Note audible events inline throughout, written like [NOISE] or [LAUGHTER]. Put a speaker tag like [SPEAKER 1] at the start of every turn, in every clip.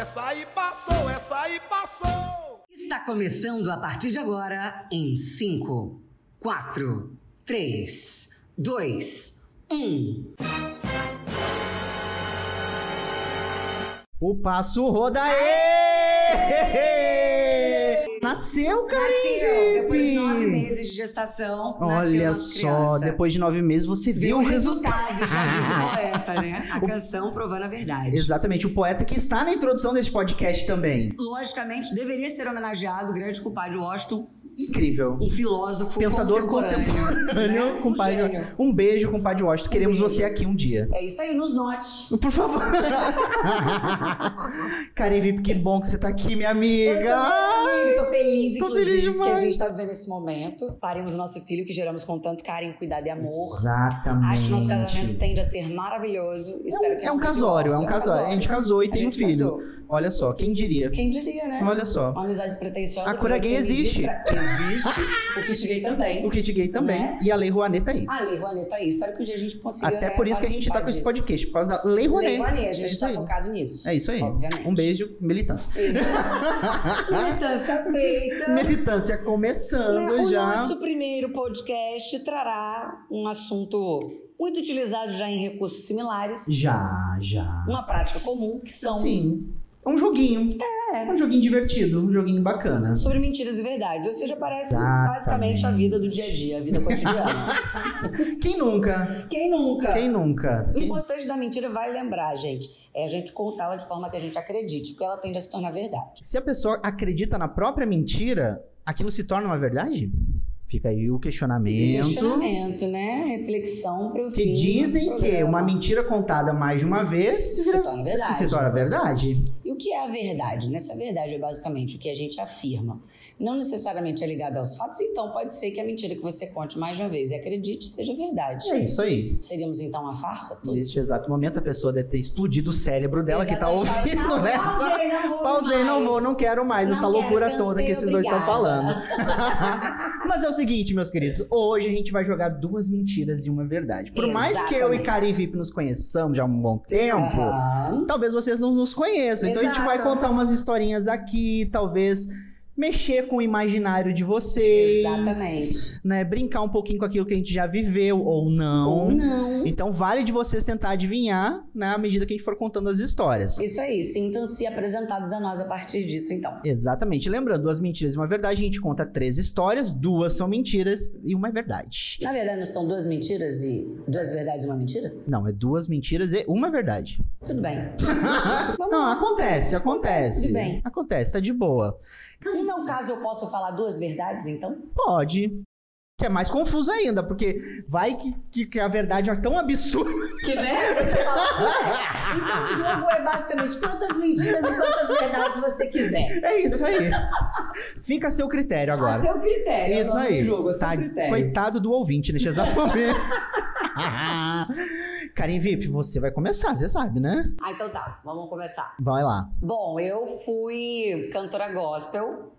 [SPEAKER 1] essa aí passou, essa aí passou.
[SPEAKER 2] Está começando a partir de agora em 5, 4, 3, 2, 1.
[SPEAKER 3] O passo roda aí! Nasceu, cara!
[SPEAKER 2] Nasceu, depois de nove meses de gestação, nasceu
[SPEAKER 3] Olha
[SPEAKER 2] nossa
[SPEAKER 3] só,
[SPEAKER 2] criança.
[SPEAKER 3] depois de nove meses você vê
[SPEAKER 2] Viu
[SPEAKER 3] o
[SPEAKER 2] o
[SPEAKER 3] resultado.
[SPEAKER 2] resultado, já diz
[SPEAKER 3] [LAUGHS]
[SPEAKER 2] o poeta, né? A canção provando a verdade.
[SPEAKER 3] Exatamente, o poeta que está na introdução desse podcast também.
[SPEAKER 2] Logicamente, deveria ser homenageado o grande compadre Washington,
[SPEAKER 3] Incrível.
[SPEAKER 2] um filósofo
[SPEAKER 3] Pensador [LAUGHS] contemporâneo,
[SPEAKER 2] né?
[SPEAKER 3] compadre.
[SPEAKER 2] Um gênio.
[SPEAKER 3] Um beijo, compadre Washington. Queremos
[SPEAKER 2] beijo.
[SPEAKER 3] você aqui um dia.
[SPEAKER 2] É isso aí, nos notes.
[SPEAKER 3] Por favor. [LAUGHS] Karen Vip, que bom que você tá aqui, minha amiga.
[SPEAKER 2] Amigo, tô feliz,
[SPEAKER 3] tô
[SPEAKER 2] inclusive,
[SPEAKER 3] feliz
[SPEAKER 2] que a
[SPEAKER 3] demais.
[SPEAKER 2] gente tá vivendo esse momento. Paremos o nosso filho que geramos com tanto carinho, cuidado e amor.
[SPEAKER 3] Exatamente.
[SPEAKER 2] Acho que nosso casamento tende a ser maravilhoso.
[SPEAKER 3] É
[SPEAKER 2] Espero
[SPEAKER 3] um,
[SPEAKER 2] que
[SPEAKER 3] é um
[SPEAKER 2] não
[SPEAKER 3] casório, é
[SPEAKER 2] divórcio,
[SPEAKER 3] um casório. A gente casou e
[SPEAKER 2] A
[SPEAKER 3] tem um
[SPEAKER 2] gente
[SPEAKER 3] filho.
[SPEAKER 2] casou.
[SPEAKER 3] Olha só, quem diria?
[SPEAKER 2] Quem diria, né?
[SPEAKER 3] Olha só.
[SPEAKER 2] Uma amizade despretensiosa.
[SPEAKER 3] A cura
[SPEAKER 2] que você
[SPEAKER 3] gay
[SPEAKER 2] me
[SPEAKER 3] existe.
[SPEAKER 2] distra- Existe. o kit gay também.
[SPEAKER 3] O Kid Gay também.
[SPEAKER 2] Né?
[SPEAKER 3] E a Lei Rouanet tá aí.
[SPEAKER 2] Ali, Rouanet tá aí. Espero que um dia a gente consiga.
[SPEAKER 3] Até por isso que a gente tá com esse
[SPEAKER 2] podcast.
[SPEAKER 3] podcast, por causa da Lei Rouanet.
[SPEAKER 2] Lei Rouanet, a
[SPEAKER 3] É
[SPEAKER 2] gente
[SPEAKER 3] isso
[SPEAKER 2] tá
[SPEAKER 3] aí.
[SPEAKER 2] focado nisso.
[SPEAKER 3] É isso aí.
[SPEAKER 2] Obviamente.
[SPEAKER 3] Um beijo, militância.
[SPEAKER 2] [LAUGHS] Exato. Militância feita.
[SPEAKER 3] Militância começando
[SPEAKER 2] Né, O
[SPEAKER 3] já.
[SPEAKER 2] nosso primeiro podcast trará um assunto muito utilizado já em recursos similares,
[SPEAKER 3] Já, já.
[SPEAKER 2] uma prática comum, que são
[SPEAKER 3] Sim. É um joguinho. É. Um joguinho divertido, um joguinho bacana.
[SPEAKER 2] sobre mentiras e verdades. Ou seja, parece
[SPEAKER 3] Exatamente.
[SPEAKER 2] basicamente a vida do dia a dia, a vida
[SPEAKER 3] [LAUGHS]
[SPEAKER 2] cotidiana.
[SPEAKER 3] Quem nunca?
[SPEAKER 2] Quem nunca?
[SPEAKER 3] Quem nunca?
[SPEAKER 2] O importante da mentira, vale lembrar, gente, é a gente contá-la de forma que a gente acredite, porque ela tende a se tornar verdade.
[SPEAKER 3] Se a pessoa acredita na própria mentira, aquilo se torna uma verdade? Fica aí o questionamento.
[SPEAKER 2] Questionamento, né? Reflexão pro fim.
[SPEAKER 3] Que
[SPEAKER 2] do
[SPEAKER 3] dizem
[SPEAKER 2] nosso
[SPEAKER 3] que
[SPEAKER 2] programa.
[SPEAKER 3] uma mentira contada mais de uma vez
[SPEAKER 2] se torna verdade.
[SPEAKER 3] se torna verdade.
[SPEAKER 2] E o que é a verdade? Nessa verdade é basicamente o que a gente afirma. Não necessariamente é ligado aos fatos, então pode ser que a mentira que você conte mais de uma vez e acredite seja verdade.
[SPEAKER 3] É isso aí.
[SPEAKER 2] Seríamos então uma farsa todos?
[SPEAKER 3] Neste exato momento, a pessoa deve ter explodido o cérebro dela que tá
[SPEAKER 2] Exatamente.
[SPEAKER 3] ouvindo,
[SPEAKER 2] Não,
[SPEAKER 3] né?
[SPEAKER 2] pausei, não vou
[SPEAKER 3] [LAUGHS] Pausei, não
[SPEAKER 2] mais.
[SPEAKER 3] vou, não quero mais
[SPEAKER 2] Não
[SPEAKER 3] essa
[SPEAKER 2] quero,
[SPEAKER 3] loucura
[SPEAKER 2] cansei,
[SPEAKER 3] toda que esses dois estão falando.
[SPEAKER 2] obrigada.
[SPEAKER 3] [LAUGHS] Mas é o seguinte, meus queridos, hoje a gente vai jogar duas mentiras e uma verdade. Por mais que eu e
[SPEAKER 2] Exatamente.
[SPEAKER 3] Karim Vip nos conheçamos já há um bom tempo,
[SPEAKER 2] Aham.
[SPEAKER 3] talvez vocês não nos conheçam. Então a gente vai
[SPEAKER 2] Exato.
[SPEAKER 3] contar umas historinhas aqui, talvez mexer com o imaginário de vocês.
[SPEAKER 2] Exatamente.
[SPEAKER 3] Né, brincar um pouquinho com aquilo que a gente já viveu ou não.
[SPEAKER 2] Ou não.
[SPEAKER 3] Então vale de vocês tentar adivinhar né, à medida que a gente for contando as histórias.
[SPEAKER 2] Isso aí, sintam-se apresentados a nós a partir disso, então.
[SPEAKER 3] Exatamente. Lembrando, duas mentiras e uma verdade, a gente conta três histórias, duas são mentiras e uma é verdade.
[SPEAKER 2] Na verdade, não são duas mentiras e duas verdades e uma mentira?
[SPEAKER 3] Não, é duas mentiras e uma é verdade.
[SPEAKER 2] Tudo
[SPEAKER 3] [LAUGHS]
[SPEAKER 2] bem.
[SPEAKER 3] Não, acontece,
[SPEAKER 2] Então, Acontece,
[SPEAKER 3] acontece.
[SPEAKER 2] tudo bem.
[SPEAKER 3] Acontece, tá de boa.
[SPEAKER 2] No meu caso, eu posso falar duas verdades, então?
[SPEAKER 3] Pode. Que é mais confuso ainda, porque vai que, que, que a verdade é tão absurda. [LAUGHS]
[SPEAKER 2] Que né? Você fala, ué, então o jogo é basicamente quantas mentiras e quantas verdades você quiser.
[SPEAKER 3] É isso aí. Fica a seu critério
[SPEAKER 2] A
[SPEAKER 3] agora.
[SPEAKER 2] seu critério. é o
[SPEAKER 3] isso
[SPEAKER 2] nome
[SPEAKER 3] aí.
[SPEAKER 2] Do jogo, a seu
[SPEAKER 3] Tá-
[SPEAKER 2] critério.
[SPEAKER 3] coitado do ouvinte neste exato [LAUGHS] momento. Karim Vip, você vai começar, você sabe, né?
[SPEAKER 2] Ah, então tá, vamos começar.
[SPEAKER 3] Vai lá.
[SPEAKER 2] Bom, eu fui cantora gospel.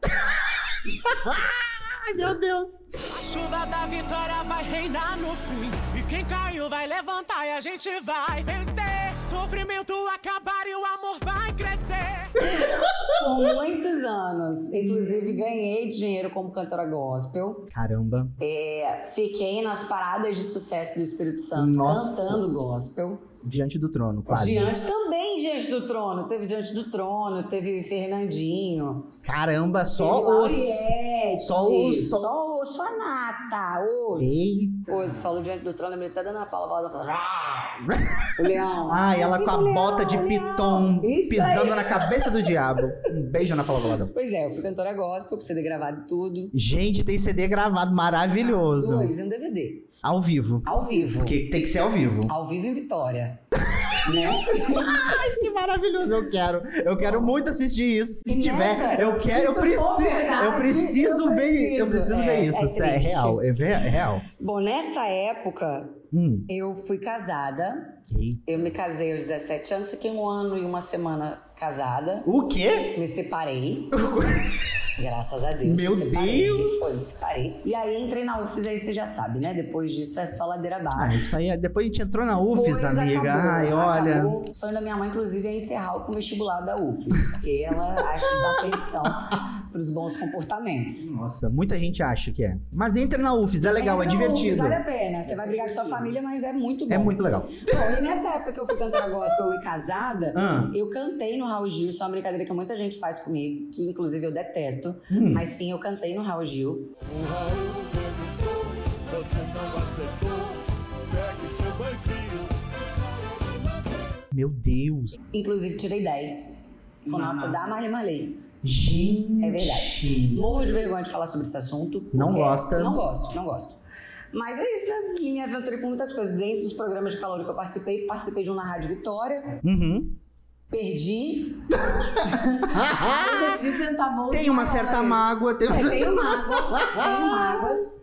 [SPEAKER 3] Ai, meu Deus.
[SPEAKER 4] A chuva da vitória vai reinar no fim. E quem caiu vai levantar e a gente vai vencer. Sofrimento acabar e o amor vai crescer.
[SPEAKER 2] Por muitos anos. Inclusive, ganhei dinheiro como cantora gospel.
[SPEAKER 3] Caramba.
[SPEAKER 2] É, fiquei nas paradas de sucesso do Espírito Santo
[SPEAKER 3] Nossa.
[SPEAKER 2] cantando gospel.
[SPEAKER 3] Diante do trono, quase.
[SPEAKER 2] Diante também Diante do Trono. Teve Diante do Trono, teve Fernandinho.
[SPEAKER 3] Caramba, só
[SPEAKER 2] teve
[SPEAKER 3] os.
[SPEAKER 2] Lauriette,
[SPEAKER 3] só os- é, só-
[SPEAKER 2] Só os. Só a Nata. Os.
[SPEAKER 3] Ei.
[SPEAKER 2] Os falou Diante do Trono, ele tá dando uma palavra. falando, "Rá!"
[SPEAKER 3] [LAUGHS]
[SPEAKER 2] O leão.
[SPEAKER 3] Ai, ela
[SPEAKER 2] Assim,
[SPEAKER 3] com a
[SPEAKER 2] o leão,
[SPEAKER 3] bota de
[SPEAKER 2] o leão.
[SPEAKER 3] piton
[SPEAKER 2] Isso
[SPEAKER 3] pisando
[SPEAKER 2] aí.
[SPEAKER 3] na cabeça do diabo. Um beijo na palavra.
[SPEAKER 2] Pois é, eu fui cantora gospel, com CD gravado e tudo.
[SPEAKER 3] Gente, tem CD gravado maravilhoso.
[SPEAKER 2] Dois, e um DVD.
[SPEAKER 3] Ao vivo.
[SPEAKER 2] Ao vivo.
[SPEAKER 3] Porque tem que ser ao vivo.
[SPEAKER 2] Ao vivo em Vitória. [LAUGHS] né? [LAUGHS]
[SPEAKER 3] Ai, que maravilhoso. Eu quero. Eu quero muito assistir isso. Se
[SPEAKER 2] E
[SPEAKER 3] tiver,
[SPEAKER 2] nessa,
[SPEAKER 3] eu quero, eu
[SPEAKER 2] se isso
[SPEAKER 3] preciso.
[SPEAKER 2] for verdade,
[SPEAKER 3] eu preciso
[SPEAKER 2] eu
[SPEAKER 3] ver. Eu
[SPEAKER 2] preciso.
[SPEAKER 3] preciso
[SPEAKER 2] É,
[SPEAKER 3] ver isso.
[SPEAKER 2] é
[SPEAKER 3] Isso é
[SPEAKER 2] triste.
[SPEAKER 3] real. É, ver- é real.
[SPEAKER 2] Bom, nessa época,
[SPEAKER 3] Hum.
[SPEAKER 2] eu fui casada.
[SPEAKER 3] Ei.
[SPEAKER 2] Eu me casei aos 17 anos, fiquei um ano e uma semana casada.
[SPEAKER 3] O quê? [LAUGHS]
[SPEAKER 2] Me separei. Graças a Deus.
[SPEAKER 3] Meu
[SPEAKER 2] me separei,
[SPEAKER 3] Deus!
[SPEAKER 2] Foi, me separei. E aí entrei na UFES, aí você já sabe, né? Depois disso é só ladeira
[SPEAKER 3] Ah,
[SPEAKER 2] abaixo.
[SPEAKER 3] isso aí. é- Depois a gente entrou na UFES,
[SPEAKER 2] Pois,
[SPEAKER 3] amiga.
[SPEAKER 2] acabou,
[SPEAKER 3] Ai, olha.
[SPEAKER 2] acabou. O sonho da minha mãe, inclusive, é encerrar o vestibular da UFES, porque
[SPEAKER 3] [LAUGHS]
[SPEAKER 2] ela acha que isso é uma perdição para os bons comportamentos.
[SPEAKER 3] Nossa, muita gente acha que é. Mas entra na UFES, é legal, é
[SPEAKER 2] Entra na
[SPEAKER 3] divertido.
[SPEAKER 2] UFES, vale a pena. Você vai brigar com sua família, mas é muito bom.
[SPEAKER 3] É muito legal.
[SPEAKER 2] Bom, e nessa época que eu fui cantar gospel e casada,
[SPEAKER 3] Ah.
[SPEAKER 2] eu cantei no Raul Gil. Isso é uma brincadeira que muita gente faz comigo, que inclusive eu detesto.
[SPEAKER 3] Hum.
[SPEAKER 2] Mas sim, eu cantei no Raul Gil.
[SPEAKER 1] O Raul perguntou, você não aceitou. Pegue seu banquinho.
[SPEAKER 3] Meu
[SPEAKER 2] É
[SPEAKER 3] Deus.
[SPEAKER 2] Inclusive, tirei 10. Com
[SPEAKER 3] Não,
[SPEAKER 2] nota
[SPEAKER 3] não.
[SPEAKER 2] da Marley Marley.
[SPEAKER 3] Gente.
[SPEAKER 2] É verdade. Morro de vergonha de falar sobre esse assunto. porque
[SPEAKER 3] Não gosta.
[SPEAKER 2] Não gosto, não gosto. Mas é isso, né? Me aventurei com muitas coisas. Dentro dos programas de calor que eu participei, participei de um na Rádio Vitória.
[SPEAKER 3] Uhum. [LAUGHS]
[SPEAKER 2] Perdi. Aí decidi tentar voos
[SPEAKER 3] Ah, Tem uma certa
[SPEAKER 2] maiores.
[SPEAKER 3] mágoa. Tem...
[SPEAKER 2] É,
[SPEAKER 3] [LAUGHS]
[SPEAKER 2] tenho mágoa, tenho mágoas.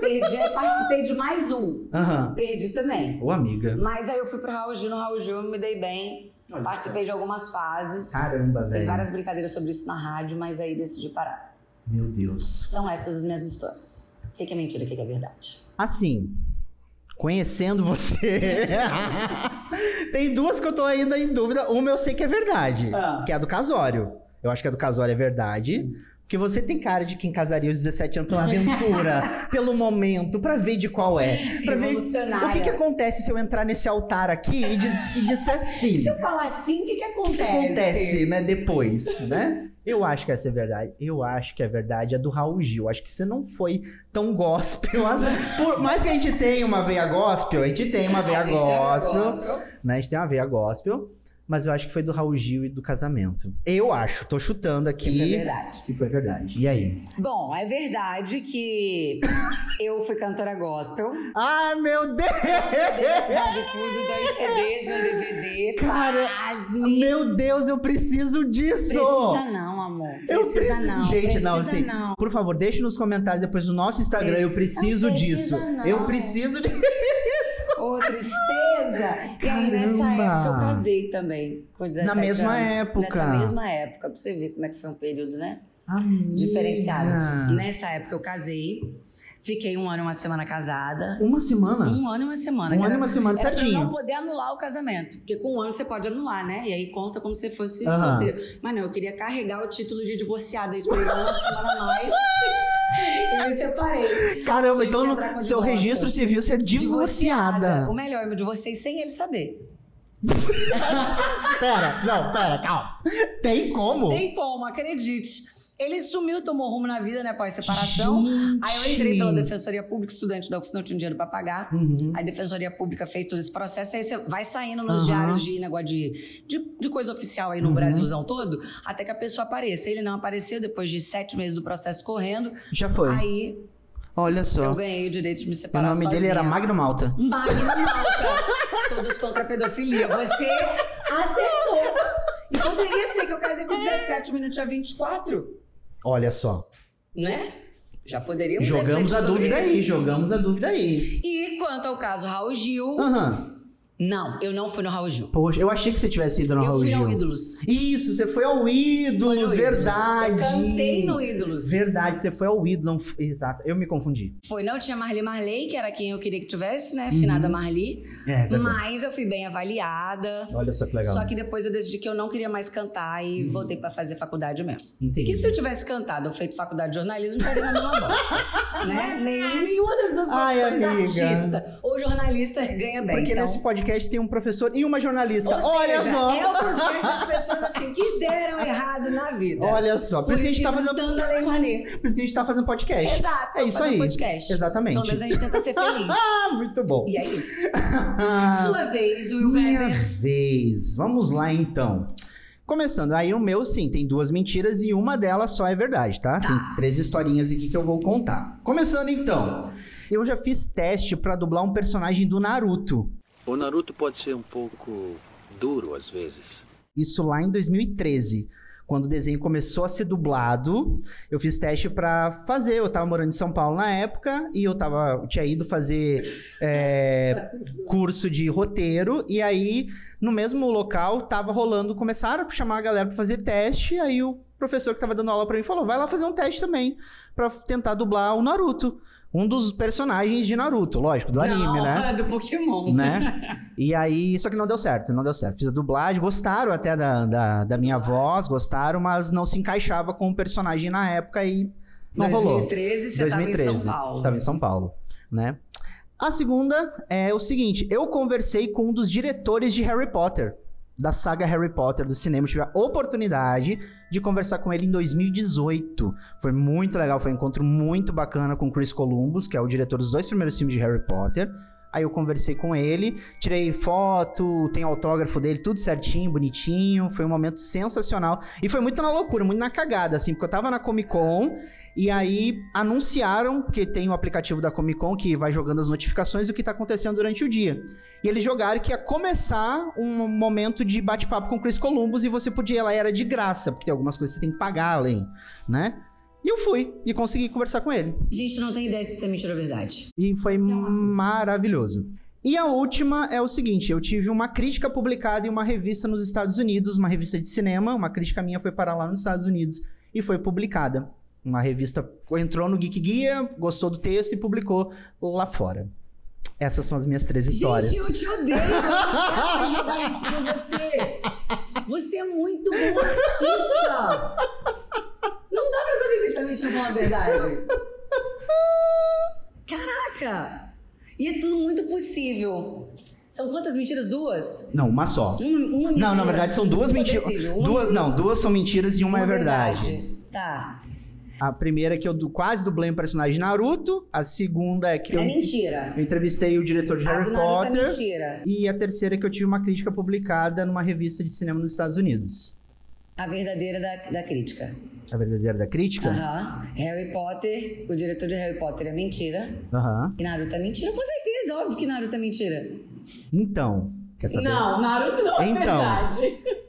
[SPEAKER 2] Perdi, aí participei de mais um.
[SPEAKER 3] Aham.
[SPEAKER 2] Perdi também.
[SPEAKER 3] Ô, amiga.
[SPEAKER 2] Mas aí eu fui pro Raul Gil, no Raul Gil eu me dei bem.
[SPEAKER 3] Olha
[SPEAKER 2] participei de algumas fases.
[SPEAKER 3] Caramba,
[SPEAKER 2] Tem
[SPEAKER 3] velho.
[SPEAKER 2] várias brincadeiras sobre isso na rádio, mas aí decidi parar.
[SPEAKER 3] Meu Deus.
[SPEAKER 2] São essas as minhas histórias. O que que é mentira, o que que é verdade?
[SPEAKER 3] Assim, conhecendo você, [LAUGHS] tem duas que eu tô ainda em dúvida. Uma eu sei que é verdade,
[SPEAKER 2] Ah.
[SPEAKER 3] que é a do casório. Eu acho que a do casório é verdade. Porque você tem cara de quem casaria aos 17 anos
[SPEAKER 2] [LAUGHS]
[SPEAKER 3] pela aventura, pelo momento, pra ver de qual é. Pra ver
[SPEAKER 2] Revolucionária.
[SPEAKER 3] o que, é que acontece se eu entrar nesse altar aqui e, dis- e disser sim.
[SPEAKER 2] eu falar assim, o que que
[SPEAKER 3] O que acontece, né, depois, né? Eu acho que essa é verdade. Eu acho que a verdade é do Raul Gil. Acho que você não foi tão gospel. [LAUGHS] assim. Por mais que a gente tenha uma veia gospel, a gente tem um uma veia gospel, né? A gente tem uma veia gospel. Mas eu acho que foi do Raul Gil e do casamento. Eu acho, tô chutando aqui.
[SPEAKER 2] Isso é verdade.
[SPEAKER 3] Que foi verdade. E aí?
[SPEAKER 2] Bom, é verdade que eu fui cantora
[SPEAKER 3] [LAUGHS]
[SPEAKER 2] gospel.
[SPEAKER 3] Ai, Ah, meu Deus!
[SPEAKER 2] de tudo, dois CDs, um DVD,
[SPEAKER 3] Cara,
[SPEAKER 2] pasme.
[SPEAKER 3] Meu Deus, eu preciso disso!
[SPEAKER 2] Precisa não, amor. Precisa
[SPEAKER 3] Eu preciso-
[SPEAKER 2] não.
[SPEAKER 3] Gente,
[SPEAKER 2] precisa
[SPEAKER 3] não, assim,
[SPEAKER 2] não.
[SPEAKER 3] por favor, deixe nos comentários depois do nosso Instagram. eu preciso
[SPEAKER 2] Não precisa,
[SPEAKER 3] disso.
[SPEAKER 2] não.
[SPEAKER 3] Eu preciso de.
[SPEAKER 2] Ô, tristeza. E aí, nessa
[SPEAKER 3] Caramba.
[SPEAKER 2] época, eu casei também, com 17
[SPEAKER 3] Na mesma
[SPEAKER 2] anos.
[SPEAKER 3] época.
[SPEAKER 2] Nessa mesma época, pra você ver como é que foi um período, né? [LAUGHS] Diferenciado. né? Nessa época, eu casei. Fiquei um ano e uma semana casada.
[SPEAKER 3] Uma semana?
[SPEAKER 2] Um ano e uma semana.
[SPEAKER 3] Um
[SPEAKER 2] que
[SPEAKER 3] ano
[SPEAKER 2] era-
[SPEAKER 3] e uma semana,
[SPEAKER 2] era pra não
[SPEAKER 3] certinho.
[SPEAKER 2] poder anular o casamento. Porque com um ano você pode anular, né? E aí consta como se fosse
[SPEAKER 3] Aham.
[SPEAKER 2] solteiro. Mas não, eu queria carregar o título de divorciada. Eu esperei uma semana a
[SPEAKER 3] [LAUGHS]
[SPEAKER 2] mais. e me separei.
[SPEAKER 3] Caramba,
[SPEAKER 2] Tive
[SPEAKER 3] então
[SPEAKER 2] que
[SPEAKER 3] no
[SPEAKER 2] entrar com
[SPEAKER 3] seu
[SPEAKER 2] divórcio.
[SPEAKER 3] registro civil você é divorciada.
[SPEAKER 2] O melhor, eu me divorciei sem ele saber.
[SPEAKER 3] Pera, não, pera, calma. Tem como?
[SPEAKER 2] Tem como, acredite. Ele sumiu, tomou rumo na vida, né, após separação.
[SPEAKER 3] Gente.
[SPEAKER 2] Aí eu entrei pela Defensoria Pública, estudante da UFS não tinha dinheiro pra pagar.
[SPEAKER 3] Uhum.
[SPEAKER 2] Aí A Defensoria Pública fez todo esse processo. Aí você vai saindo nos
[SPEAKER 3] Aham. Uhum.
[SPEAKER 2] diários de negócio de, de, de coisa oficial aí no Brasilzão todo, até que a pessoa apareça. Ele não apareceu depois de sete meses do processo correndo.
[SPEAKER 3] Já foi.
[SPEAKER 2] Aí
[SPEAKER 3] Olha
[SPEAKER 2] eu
[SPEAKER 3] só.
[SPEAKER 2] ganhei o direito de me
[SPEAKER 3] O
[SPEAKER 2] separar
[SPEAKER 3] nome dele era
[SPEAKER 2] sozinha.
[SPEAKER 3] Magno Malta.
[SPEAKER 2] Magna Malta. Todos contra a pedofilia. Você acertou. E poderia ser que eu casei com 17 minutos a 24,
[SPEAKER 3] Olha só.
[SPEAKER 2] né? Já poderíamos
[SPEAKER 3] Jogamos
[SPEAKER 2] refletir
[SPEAKER 3] a
[SPEAKER 2] sobre
[SPEAKER 3] dúvida
[SPEAKER 2] isso.
[SPEAKER 3] aí, jogamos a dúvida aí.
[SPEAKER 2] E quanto ao caso Raul Gil,
[SPEAKER 3] Ah. Aham.
[SPEAKER 2] não, eu não fui no Raul Gil.
[SPEAKER 3] Poxa, eu achei que você tivesse ido no
[SPEAKER 2] eu
[SPEAKER 3] Raul
[SPEAKER 2] fui ao
[SPEAKER 3] Gil.
[SPEAKER 2] Ídolos.
[SPEAKER 3] Isso, você foi ao
[SPEAKER 2] Fui no
[SPEAKER 3] Ídolos,
[SPEAKER 2] Ídolos.
[SPEAKER 3] verdade.
[SPEAKER 2] Eu cantei no Ídolos.
[SPEAKER 3] Verdade, você foi ao Ídolos. não f- Exato, eu me confundi.
[SPEAKER 2] Foi, não tinha Marli Marley, que era quem eu queria que tivesse, né? Finada Marli.
[SPEAKER 3] Uhum. É, verdade.
[SPEAKER 2] Mas eu fui bem avaliada.
[SPEAKER 3] Olha só que legal. Uhum.
[SPEAKER 2] Só que depois eu decidi que eu não queria mais cantar e voltei pra fazer faculdade mesmo.
[SPEAKER 3] Entendi.
[SPEAKER 2] Que se eu tivesse cantado ou feito faculdade de jornalismo, estaria na mesma bosta.
[SPEAKER 3] [LAUGHS]
[SPEAKER 2] né? Nenhum- Nenhuma das duas
[SPEAKER 3] Ai,
[SPEAKER 2] profissões
[SPEAKER 3] amiga.
[SPEAKER 2] artista ou jornalista ganha bem.
[SPEAKER 3] Porque
[SPEAKER 2] então.
[SPEAKER 3] nesse podcast tem um professor e uma jornalista.
[SPEAKER 2] Ou
[SPEAKER 3] Olha
[SPEAKER 2] seja,
[SPEAKER 3] só.
[SPEAKER 2] É o podcast das pessoas assim que deram errado na vida.
[SPEAKER 3] Olha só.
[SPEAKER 2] Por
[SPEAKER 3] Por, isso que a gente tá
[SPEAKER 2] isso
[SPEAKER 3] fazendo.
[SPEAKER 2] tanta Lei Rouanet.
[SPEAKER 3] Por isso que a gente tá fazendo podcast.
[SPEAKER 2] Exato.
[SPEAKER 3] É isso
[SPEAKER 2] fazer
[SPEAKER 3] aí.
[SPEAKER 2] um podcast. Pelo
[SPEAKER 3] Exatamente.
[SPEAKER 2] menos a gente tenta ser feliz.
[SPEAKER 3] Ah, muito bom.
[SPEAKER 2] E é isso.
[SPEAKER 3] Ah,
[SPEAKER 2] Sua vez, Will
[SPEAKER 3] minha
[SPEAKER 2] Weber.
[SPEAKER 3] vez. Vamos lá então. Começando, aí o meu sim, tem duas mentiras e uma delas só é verdade, tá? Tem três historinhas aqui que eu vou contar. Começando então, eu já fiz teste pra dublar um personagem do Naruto.
[SPEAKER 5] O Naruto pode ser um pouco duro às vezes.
[SPEAKER 3] Isso lá em 2013. Quando o desenho começou a ser dublado, eu fiz teste pra fazer. Eu tava morando em São Paulo na época e eu tava, eu tinha ido fazer é, curso de roteiro. E aí, no mesmo local, tava rolando, começaram a chamar a galera pra fazer teste. Aí o professor que tava dando aula pra mim falou: vai lá fazer um teste também pra tentar dublar o Naruto. Um dos personagens de Naruto, lógico, do anime,
[SPEAKER 2] não,
[SPEAKER 3] né?
[SPEAKER 2] do Pokémon.
[SPEAKER 3] né? E aí, só que não deu certo, não deu certo. Fiz a dublagem, gostaram até da, da, da minha voz, gostaram, mas não se encaixava com o personagem na época e não rolou.
[SPEAKER 2] 2013, você estava em São Paulo.
[SPEAKER 3] Estava em São Paulo, né? A segunda é o seguinte, eu conversei com um dos diretores de Harry Potter, da saga Harry Potter do cinema, eu tive a oportunidade de conversar com ele em 2018. Foi muito legal, foi um encontro muito bacana com o Chris Columbus, que é o diretor dos dois primeiros filmes de Harry Potter. Aí eu conversei com ele, tirei foto, tem autógrafo dele, tudo certinho, bonitinho. Foi um momento sensacional. E foi muito na loucura, muito na cagada, assim, porque eu tava na Comic Con e aí anunciaram, porque tem o aplicativo da Comic Con que vai jogando as notificações do que tá acontecendo durante o dia. E eles jogaram que ia começar um momento de bate-papo com o Chris Columbus e você podia, ela era de graça, porque tem algumas coisas que você tem que pagar além, né? E eu fui e consegui conversar com ele.
[SPEAKER 2] Gente, não tem ideia se isso é mentira ou verdade.
[SPEAKER 3] E foi maravilhoso. E a última é o seguinte: eu tive uma crítica publicada em uma revista nos Estados Unidos, uma revista de cinema. Uma crítica minha foi parar lá nos Estados Unidos e foi publicada. Uma revista entrou no Geek Guia, gostou do texto e publicou lá fora. Essas são as minhas três histórias.
[SPEAKER 2] Gente, eu te odeio. Eu quero jogar isso com você. Você é muito bom artista. Não dá pra saber se ele tá mentindo ou falando a verdade. Caraca! E é tudo muito possível. São quantas mentiras? Duas?
[SPEAKER 3] Não, uma só.
[SPEAKER 2] Um- uma mentira.
[SPEAKER 3] Não, na verdade são duas
[SPEAKER 2] Uma
[SPEAKER 3] mentiras.
[SPEAKER 2] possível, uma
[SPEAKER 3] Duas, não, duas são mentiras e uma, é verdade.
[SPEAKER 2] Tá.
[SPEAKER 3] A primeira é que eu du- quase dublei um personagem de Naruto. A segunda é que eu,
[SPEAKER 2] É mentira.
[SPEAKER 3] eu entrevistei o diretor de
[SPEAKER 2] A
[SPEAKER 3] Harry
[SPEAKER 2] do Naruto é
[SPEAKER 3] Potter.
[SPEAKER 2] mentira.
[SPEAKER 3] E a terceira é que eu tive uma crítica publicada numa revista de cinema nos Estados Unidos.
[SPEAKER 2] A verdadeira da, da crítica.
[SPEAKER 3] A verdadeira da crítica?
[SPEAKER 2] Aham. Harry Potter, o diretor de Harry Potter é mentira.
[SPEAKER 3] Aham.
[SPEAKER 2] E Naruto é mentira? Com certeza, óbvio que Naruto é mentira.
[SPEAKER 3] Então, quer saber?
[SPEAKER 5] Não, Naruto não é
[SPEAKER 3] Então.
[SPEAKER 5] verdade.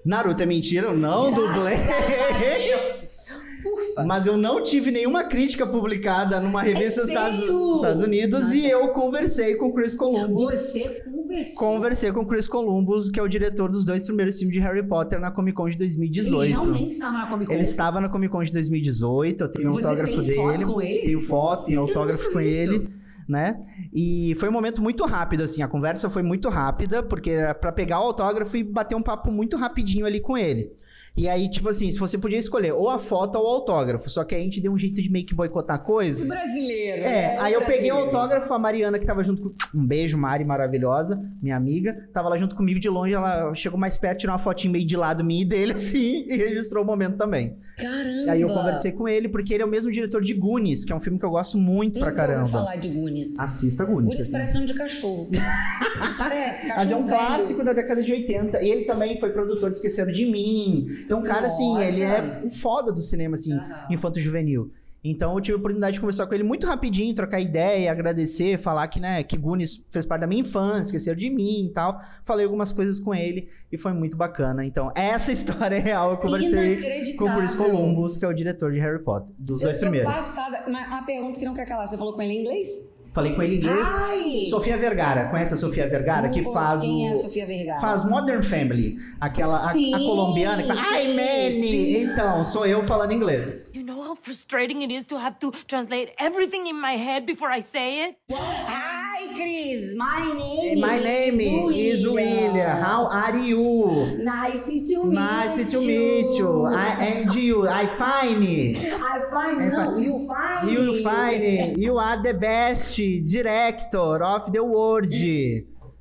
[SPEAKER 3] Naruto é mentira, eu não dublei.
[SPEAKER 2] Ufa. É
[SPEAKER 3] Mas eu não tive nenhuma crítica publicada numa revista dos Estados,
[SPEAKER 2] sério?
[SPEAKER 3] dos Estados Unidos e eu conversei com o Chris Columbus.
[SPEAKER 2] Você conversou.
[SPEAKER 3] Conversei com o Chris Columbus, que é o diretor dos dois primeiros filmes de Harry Potter na Comic Con de
[SPEAKER 2] Ele
[SPEAKER 3] 2018.
[SPEAKER 2] realmente estava na Comic Con.
[SPEAKER 3] Ele estava na Comic Con de 2018, eu tenho um
[SPEAKER 2] Você
[SPEAKER 3] autógrafo
[SPEAKER 2] tem
[SPEAKER 3] dele.
[SPEAKER 2] foto com ele?
[SPEAKER 3] Tenho foto, tenho
[SPEAKER 2] nunca
[SPEAKER 3] autógrafo
[SPEAKER 2] vi
[SPEAKER 3] com
[SPEAKER 2] isso.
[SPEAKER 3] ele, né? E foi um momento muito rápido, assim, a conversa foi muito rápida, porque era pra pegar o autógrafo e bater um papo muito rapidinho ali com ele. E aí, tipo assim, se você podia escolher ou a foto ou o autógrafo, só que aí a gente deu um jeito de meio que boicotar a coisa.
[SPEAKER 2] Esse brasileiro.
[SPEAKER 3] É,
[SPEAKER 2] né?
[SPEAKER 3] aí eu peguei o
[SPEAKER 2] Brasileiro.
[SPEAKER 3] autógrafo, a Mariana que tava junto com... Um beijo, Mari, maravilhosa, minha amiga. Tava lá junto comigo de longe, ela chegou mais perto, tirou uma fotinha meio de lado minha e dele, [LAUGHS] assim, e registrou o momento também.
[SPEAKER 2] Caramba.
[SPEAKER 3] Aí eu conversei com ele, porque ele é o mesmo diretor de Goonies, que é um filme que eu gosto muito pra
[SPEAKER 2] Nunca ouvi
[SPEAKER 3] caramba.
[SPEAKER 2] Então, falar de Gunis.
[SPEAKER 3] Assista Goonies.
[SPEAKER 2] Gunis
[SPEAKER 3] assim.
[SPEAKER 2] parece nome de
[SPEAKER 3] [LAUGHS]
[SPEAKER 2] cachorro. parece, cachorro
[SPEAKER 3] Mas é um
[SPEAKER 2] velho.
[SPEAKER 3] clássico da década de 80. E ele também foi produtor de Esqueceram de Mim. Então, o cara, assim,
[SPEAKER 2] Nossa.
[SPEAKER 3] ele é um foda do cinema, assim,
[SPEAKER 5] Aham.
[SPEAKER 3] infanto-juvenil. Então, eu tive a oportunidade de conversar com ele muito rapidinho, trocar ideia, agradecer, falar que, né, que Goonies fez parte da minha infância, Esqueceram de Mim e tal. Falei algumas coisas com ele e foi muito bacana. Então, essa [LAUGHS] história é real. Eu conversei com o Chris
[SPEAKER 2] Inacreditável.
[SPEAKER 3] Columbus, que é o diretor de Harry Potter, dos dois
[SPEAKER 2] eu tô
[SPEAKER 3] primeiros.
[SPEAKER 2] passada. Mas uma pergunta que não quer calar. Você falou com ele em inglês?
[SPEAKER 3] Falei com ele em inglês.
[SPEAKER 2] Ai!
[SPEAKER 3] Sofia Vergara, conhece a Sofia Vergara?
[SPEAKER 2] Não
[SPEAKER 3] Que
[SPEAKER 2] vou-
[SPEAKER 3] faz
[SPEAKER 2] Quem
[SPEAKER 3] o...
[SPEAKER 2] é a Sofia Vergara?
[SPEAKER 3] Faz Modern Family, aquela a, a
[SPEAKER 2] Sim,
[SPEAKER 3] colombiana que fala, ai,
[SPEAKER 2] sim,
[SPEAKER 3] Manny!
[SPEAKER 2] sim.
[SPEAKER 3] Então, sou eu falando inglês.
[SPEAKER 6] You know how frustrating it is to have to translate everything in my head before I say it?
[SPEAKER 2] Hi, Chris. My name
[SPEAKER 3] My name is William. How are you?
[SPEAKER 2] Nice to meet
[SPEAKER 3] Nice to
[SPEAKER 2] you.
[SPEAKER 3] meet you. I and you. I fine.
[SPEAKER 2] I find no, you find
[SPEAKER 3] You fine. You are the best director of the world.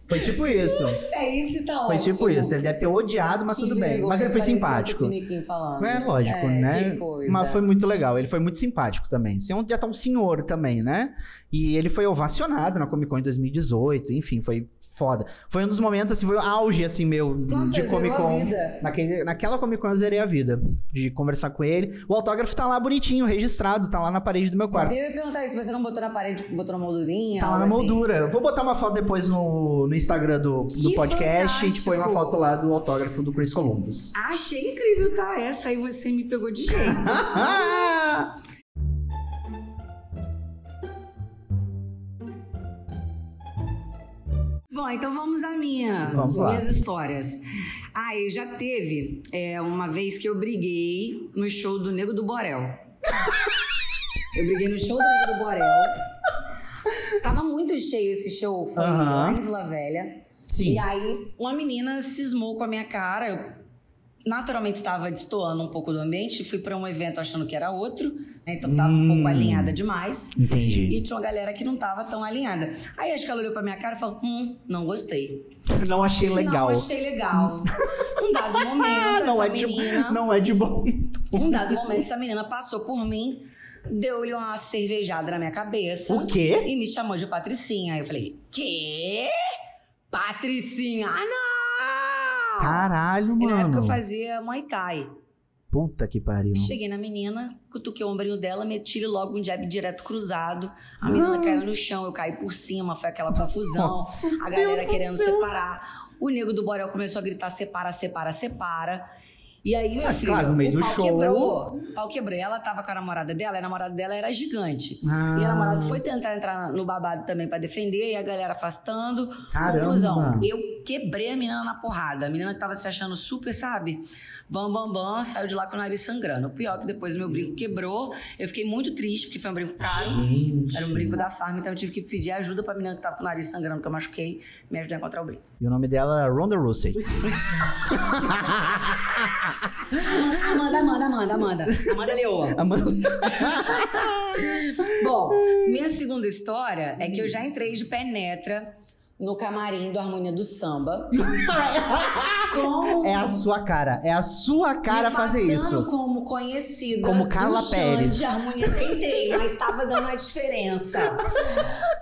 [SPEAKER 3] Foi tipo isso.
[SPEAKER 2] É isso, tá
[SPEAKER 3] Foi
[SPEAKER 2] ótimo.
[SPEAKER 3] tipo isso. Ele deve ter odiado, mas
[SPEAKER 2] Que
[SPEAKER 3] tudo bem.
[SPEAKER 2] vergonha,
[SPEAKER 3] Mas ele foi
[SPEAKER 2] parecia
[SPEAKER 3] simpático.
[SPEAKER 2] o Tupiniquim falando.
[SPEAKER 3] É lógico,
[SPEAKER 2] É,
[SPEAKER 3] né?
[SPEAKER 2] que coisa.
[SPEAKER 3] Mas foi muito legal. Ele foi muito simpático também. Você é um- já tá um senhor também, né? E ele foi ovacionado na Comic Con em 2018. Enfim, foi foda. Foi um dos momentos, assim, foi o auge, assim, meu,
[SPEAKER 2] Nossa,
[SPEAKER 3] de
[SPEAKER 2] zerou
[SPEAKER 3] Comic
[SPEAKER 2] a
[SPEAKER 3] Con.
[SPEAKER 2] vida.
[SPEAKER 3] Naquele, naquela Comic Con eu zerei a vida. De conversar com ele. O autógrafo tá lá bonitinho, registrado, tá lá na parede do meu quarto.
[SPEAKER 2] Eu ia perguntar isso, você não botou na parede, botou na moldurinha?
[SPEAKER 3] Tá lá na
[SPEAKER 2] algo assim?
[SPEAKER 3] moldura. Eu Vou botar uma foto depois no, no Instagram do, do
[SPEAKER 2] Que
[SPEAKER 3] podcast e a gente
[SPEAKER 2] fantástico.
[SPEAKER 3] põe uma foto lá do autógrafo do
[SPEAKER 2] [LAUGHS]
[SPEAKER 3] Chris Columbus. [LAUGHS]
[SPEAKER 2] Achei incrível, tá? Essa aí você me pegou de jeito.
[SPEAKER 3] Ah!
[SPEAKER 2] Bom, então vamos à minha.
[SPEAKER 3] Vamos lá.
[SPEAKER 2] Minhas histórias. Ah, e já teve é, uma vez que eu briguei no show do Nego do Borel. Eu briguei no show do Nego do Borel. Tava muito cheio esse show, foi lá
[SPEAKER 3] Aham.
[SPEAKER 2] em Vila Velha.
[SPEAKER 3] Sim.
[SPEAKER 2] E aí, uma menina cismou com a minha cara. Eu naturalmente estava destoando um pouco do ambiente. Fui pra um evento achando que era outro. né? Então tava um pouco alinhada demais.
[SPEAKER 3] Hum. Entendi.
[SPEAKER 2] E tinha uma galera que não tava tão alinhada. Aí acho que ela olhou pra minha cara e falou: hum, não gostei.
[SPEAKER 3] Não achei legal.
[SPEAKER 2] Não achei legal. Um dado
[SPEAKER 3] [LAUGHS]
[SPEAKER 2] momento,
[SPEAKER 3] não,
[SPEAKER 2] essa
[SPEAKER 3] é
[SPEAKER 2] menina.
[SPEAKER 3] de, [LAUGHS] não é de bom.
[SPEAKER 2] Um dado momento, essa menina passou por mim, deu-lhe uma cervejada na minha cabeça.
[SPEAKER 3] O quê?
[SPEAKER 2] E me chamou de Patricinha. Aí eu falei: quê? Patricinha? Ah, não!
[SPEAKER 3] Caralho,
[SPEAKER 2] E na época
[SPEAKER 3] mano.
[SPEAKER 2] eu fazia Muay Thai.
[SPEAKER 3] Puta que pariu.
[SPEAKER 2] Cheguei na menina, cutuquei o ombrinho dela, meti-lhe logo um jab direto cruzado.
[SPEAKER 3] Ah.
[SPEAKER 2] A menina caiu no chão, eu caí por cima, foi aquela confusão. a galera querendo separar. O nego do Borel começou a gritar: separa, separa, separa. E aí, meu filho,
[SPEAKER 3] Ah, claro, no meio
[SPEAKER 2] o
[SPEAKER 3] do
[SPEAKER 2] pau
[SPEAKER 3] show.
[SPEAKER 2] quebrou. O pau quebrou. E Ela tava com a namorada dela, e a namorada dela era gigante.
[SPEAKER 3] Ah.
[SPEAKER 2] E a namorada foi tentar entrar no babado também pra defender, e a galera afastando.
[SPEAKER 3] Caramba.
[SPEAKER 2] Conclusão, eu quebrei a menina na porrada. A menina que tava se achando super, sabe? Bam, bam, bam, saiu de lá com o nariz sangrando. O pior é que depois o meu brinco quebrou. Eu fiquei muito triste, porque foi um brinco caro.
[SPEAKER 3] Gente.
[SPEAKER 2] Era um brinco da farm, então eu tive que pedir ajuda pra menina que tava com o nariz sangrando, que eu machuquei, me ajudar a encontrar o brinco.
[SPEAKER 3] E o nome dela é Ronda Rousey.
[SPEAKER 2] Amanda, Amanda, Amanda, Amanda. Amanda Leoa. [LAUGHS]
[SPEAKER 3] Amanda.
[SPEAKER 2] Bom, minha segunda história é que eu já entrei de penetra no camarim do Harmonia do Samba. com
[SPEAKER 3] É a sua cara. É a sua cara
[SPEAKER 2] me
[SPEAKER 3] fazer
[SPEAKER 2] passando um
[SPEAKER 3] isso.
[SPEAKER 2] como conhecida.
[SPEAKER 3] Como
[SPEAKER 2] do
[SPEAKER 3] Carla
[SPEAKER 2] Xande,
[SPEAKER 3] Pérez.
[SPEAKER 2] Harmonia tentei, mas estava dando a
[SPEAKER 3] [LAUGHS]
[SPEAKER 2] diferença.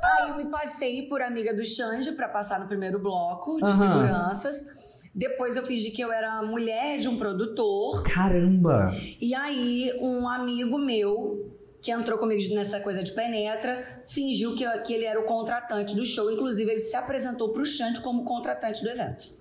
[SPEAKER 2] Aí eu me passei por amiga do Xande para passar no primeiro bloco de
[SPEAKER 3] Aham.
[SPEAKER 2] seguranças. Depois eu fingi que eu era mulher de um produtor.
[SPEAKER 3] Caramba.
[SPEAKER 2] E aí, um amigo meu, que entrou comigo nessa coisa de penetra, fingiu que, que ele era o contratante do show. Inclusive, ele se apresentou pro Xande como contratante do evento.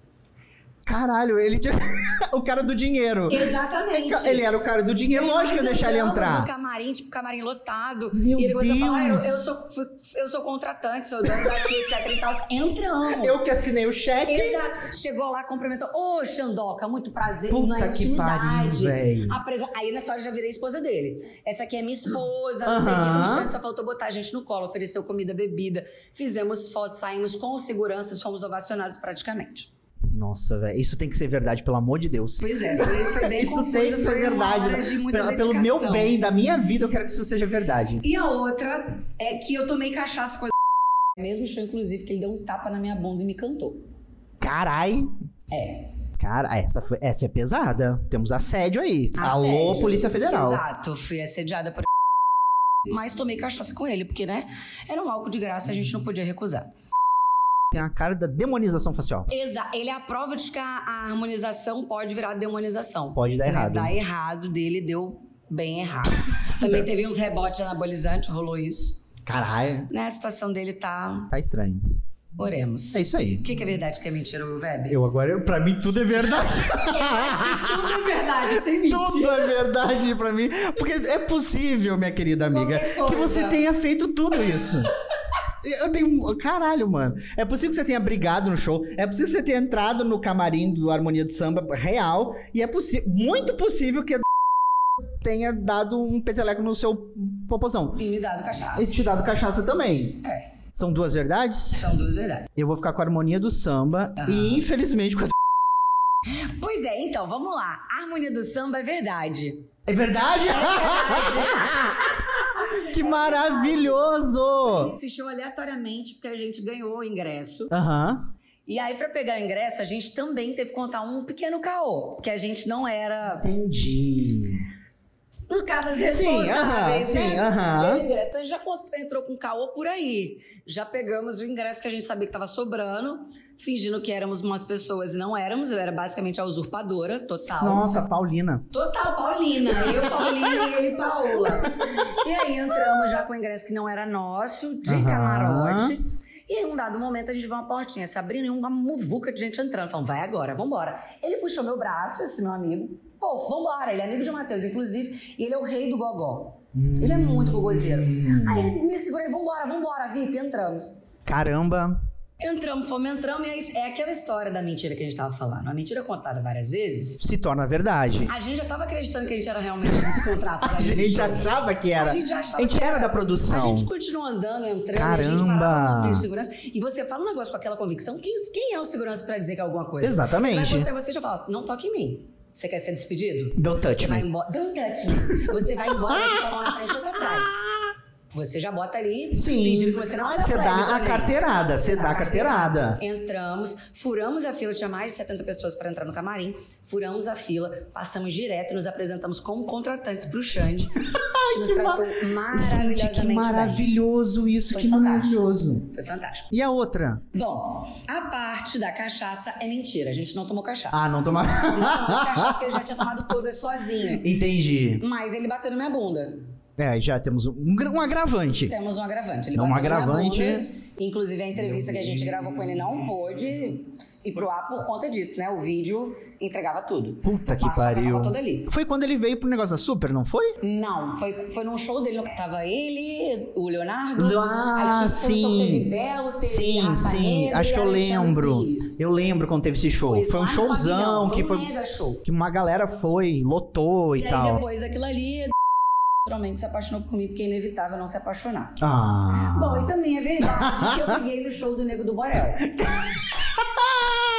[SPEAKER 3] Caralho, ele tinha... [LAUGHS] o cara do dinheiro.
[SPEAKER 2] Exatamente.
[SPEAKER 3] Ele era o cara do dinheiro,
[SPEAKER 2] Aí
[SPEAKER 3] é lógico que eu
[SPEAKER 2] nós
[SPEAKER 3] deixar ele
[SPEAKER 2] entramos No
[SPEAKER 3] entrar.
[SPEAKER 2] camarim, tipo, camarim lotado.
[SPEAKER 3] Meu
[SPEAKER 2] e ele começou a falar: ah, eu,
[SPEAKER 3] Deus.
[SPEAKER 2] eu sou, eu sou contratante, sou dono daqui, [LAUGHS] etc. e tal. Entramos.
[SPEAKER 3] Eu que assinei o cheque.
[SPEAKER 2] Exato. Chegou lá, cumprimentou. Ô, Xandoca, muito prazer
[SPEAKER 3] Puta
[SPEAKER 2] na
[SPEAKER 3] que pariu,
[SPEAKER 2] intimidade.
[SPEAKER 3] véi.
[SPEAKER 2] Apresen- Aí nessa hora eu já virei esposa dele. Essa aqui é minha esposa, não sei o que.
[SPEAKER 3] Aham.
[SPEAKER 2] No chão, só faltou botar a gente no colo, ofereceu comida, bebida. Fizemos fotos, saímos com seguranças, fomos ovacionados praticamente.
[SPEAKER 3] Nossa, velho. Isso tem que ser verdade, pelo amor de Deus.
[SPEAKER 2] Pois é, foi, foi bem
[SPEAKER 3] [LAUGHS] isso
[SPEAKER 2] confuso.
[SPEAKER 3] tem que ser
[SPEAKER 2] foi uma
[SPEAKER 3] verdade. né?
[SPEAKER 2] hora de muita
[SPEAKER 3] Pela- pelo meu
[SPEAKER 2] dedicação.
[SPEAKER 3] bem, da minha vida, eu quero que isso seja verdade.
[SPEAKER 2] E a outra é que eu tomei cachaça com a [LAUGHS] mesmo show, inclusive, que ele deu um tapa na minha bunda e me cantou.
[SPEAKER 3] Carai.
[SPEAKER 2] É.
[SPEAKER 3] Cara, essa, foi, essa é pesada. Temos assédio aí. Alô,
[SPEAKER 2] Assédio.
[SPEAKER 3] Polícia Federal.
[SPEAKER 2] Exato, fui assediada por. [LAUGHS] Mas tomei cachaça com ele, porque, né? Era um álcool de graça, a gente não podia recusar.
[SPEAKER 3] Tem a cara da demonização facial.
[SPEAKER 2] Exa ele é a prova de que a, a harmonização pode virar demonização.
[SPEAKER 3] Pode dar
[SPEAKER 2] Né,
[SPEAKER 3] errado.
[SPEAKER 2] Dá errado dele, deu bem errado. Também teve uns rebotes anabolizantes, rolou isso.
[SPEAKER 3] Caralho.
[SPEAKER 2] Né, a situação dele tá.
[SPEAKER 3] Tá estranho.
[SPEAKER 2] Oremos.
[SPEAKER 3] É isso aí.
[SPEAKER 2] O que, que é verdade, o que é mentira, meu Web?
[SPEAKER 3] Eu agora, eu, pra mim, tudo é verdade.
[SPEAKER 2] Tudo é verdade, tem
[SPEAKER 3] tudo é verdade pra mim. Porque é possível, minha querida amiga,
[SPEAKER 2] Qualquer coisa.
[SPEAKER 3] que você tenha feito tudo isso. Eu tenho. um, Caralho, mano. É possível que você tenha brigado no show. É possível que você tenha entrado no camarim do Harmonia do Samba real. E é possível. Muito possível que a tenha dado um peteleco no seu popozão.
[SPEAKER 2] E me dado cachaça.
[SPEAKER 3] E te dado cachaça também.
[SPEAKER 2] É.
[SPEAKER 3] São duas verdades?
[SPEAKER 2] São duas verdades.
[SPEAKER 3] Eu vou ficar com a harmonia do samba.
[SPEAKER 2] Aham.
[SPEAKER 3] E infelizmente com a.
[SPEAKER 2] Pois é, então, vamos lá. A harmonia do samba é verdade.
[SPEAKER 3] É verdade? [LAUGHS] que maravilhoso!
[SPEAKER 2] Assistiu aleatoriamente, porque a gente ganhou o ingresso.
[SPEAKER 3] Aham.
[SPEAKER 2] E aí, pra pegar o ingresso, a gente também teve que contar um pequeno caô. Porque a gente não era.
[SPEAKER 3] Entendi.
[SPEAKER 2] por casas
[SPEAKER 3] Sim,
[SPEAKER 2] responsáveis,
[SPEAKER 3] aham, sim,
[SPEAKER 2] né?
[SPEAKER 3] aham.
[SPEAKER 2] Pelo ingresso. Então a gente já cont- entrou com caô por aí. Já pegamos o ingresso que a gente sabia que tava sobrando, fingindo que éramos umas pessoas e não éramos. Eu era basicamente a usurpadora total.
[SPEAKER 3] Nossa, Paulina.
[SPEAKER 2] Total Paulina, eu Paulina e ele Paula. E aí entramos já com o ingresso que não era nosso, de
[SPEAKER 3] Aham.
[SPEAKER 2] camarote. E aí, um dado momento, a gente vê uma portinha se abrindo e uma muvuca de gente entrando. Falando, vai agora, vambora. Ele puxou meu braço, esse meu amigo. Pô, vambora. Ele é amigo de Matheus, inclusive. E ele é o rei do gogó. Ele é muito gogozeiro. Aí ele me segurou e vambora, vambora, VIP, entramos.
[SPEAKER 3] Caramba.
[SPEAKER 2] Entramos, fomos, entramos. E aí, é aquela história da mentira que a gente tava falando. A mentira contada várias vezes.
[SPEAKER 3] Se torna verdade.
[SPEAKER 2] A gente já tava acreditando que a gente era realmente dos contratos.
[SPEAKER 3] [LAUGHS] A gente achava que era.
[SPEAKER 2] A gente já achava
[SPEAKER 3] A gente
[SPEAKER 2] que
[SPEAKER 3] era
[SPEAKER 2] era.
[SPEAKER 3] da produção.
[SPEAKER 2] A gente continuou andando, entrando, a gente
[SPEAKER 3] Caramba!
[SPEAKER 2] parava na frente do segurança. E você fala um negócio com aquela convicção: quem, quem é o segurança pra dizer que é alguma coisa?
[SPEAKER 3] Exatamente.
[SPEAKER 2] Vai mostrar você e já fala: não toque em mim. Você quer ser despedido?
[SPEAKER 3] Don't touch
[SPEAKER 2] você vai
[SPEAKER 3] me.
[SPEAKER 2] embora. Don't touch me. Você vai embora vai ficar com a mão na frente e outra atrás. Você já bota ali,
[SPEAKER 3] Sim.
[SPEAKER 2] fingindo que você não olha
[SPEAKER 3] Você
[SPEAKER 2] pra
[SPEAKER 3] dá
[SPEAKER 2] ele
[SPEAKER 3] a
[SPEAKER 2] também.
[SPEAKER 3] carteirada, você dá a carteirada.
[SPEAKER 2] Entramos, furamos a fila, tinha mais de 70 pessoas pra entrar no camarim. Furamos a fila, passamos direto e nos apresentamos como contratantes pro
[SPEAKER 3] [LAUGHS]
[SPEAKER 2] Xande. que nos
[SPEAKER 3] que
[SPEAKER 2] tratou maravilhosamente
[SPEAKER 3] Gente, que
[SPEAKER 2] bem.
[SPEAKER 3] maravilhoso isso,
[SPEAKER 2] Foi
[SPEAKER 3] que
[SPEAKER 2] fantástico.
[SPEAKER 3] maravilhoso.
[SPEAKER 2] Foi fantástico.
[SPEAKER 3] E a outra?
[SPEAKER 2] Bom, a parte da cachaça é mentira. A gente não tomou cachaça.
[SPEAKER 3] Ah,
[SPEAKER 2] [LAUGHS]
[SPEAKER 3] não tomar.
[SPEAKER 2] Não, as cachaças que ele já tinha tomado todas sozinho.
[SPEAKER 3] Entendi.
[SPEAKER 2] Mas ele bateu na minha bunda.
[SPEAKER 3] É, já temos um, gra- um agravante.
[SPEAKER 2] Temos um agravante. Ele
[SPEAKER 3] É um
[SPEAKER 2] bateu na minha bunda.
[SPEAKER 3] agravante.
[SPEAKER 2] Inclusive, a entrevista que a gente gravou com ele não pôde ir pro ar por conta disso, né? O vídeo entregava tudo.
[SPEAKER 3] Puta que
[SPEAKER 2] Paçoca
[SPEAKER 3] pariu.
[SPEAKER 2] Tava toda ali.
[SPEAKER 3] Foi quando ele veio pro negócio da Super, não foi?
[SPEAKER 2] Não, foi, foi num show dele. no- Tava ele, o Leonardo.
[SPEAKER 3] Ah,
[SPEAKER 2] aí tinha- foi um show que
[SPEAKER 3] sim.
[SPEAKER 2] Teve Belo, teve
[SPEAKER 3] Sim,
[SPEAKER 2] Rafa
[SPEAKER 3] sim.
[SPEAKER 2] Negra
[SPEAKER 3] Acho
[SPEAKER 2] e
[SPEAKER 3] que eu
[SPEAKER 2] Alexandre
[SPEAKER 3] lembro.
[SPEAKER 2] Pires.
[SPEAKER 3] Eu lembro quando teve esse show. Foi,
[SPEAKER 2] isso
[SPEAKER 3] um
[SPEAKER 2] lá no pavilhão,
[SPEAKER 3] showzão que foi.
[SPEAKER 2] um mega show.
[SPEAKER 3] Que uma galera foi, lotou e,
[SPEAKER 2] E aí
[SPEAKER 3] tal.
[SPEAKER 2] depois daquilo ali, naturalmente se apaixonou por mim, porque é inevitável não se apaixonar.
[SPEAKER 3] Ah.
[SPEAKER 2] Bom, e também é verdade que eu peguei no show do Nego do Borel. E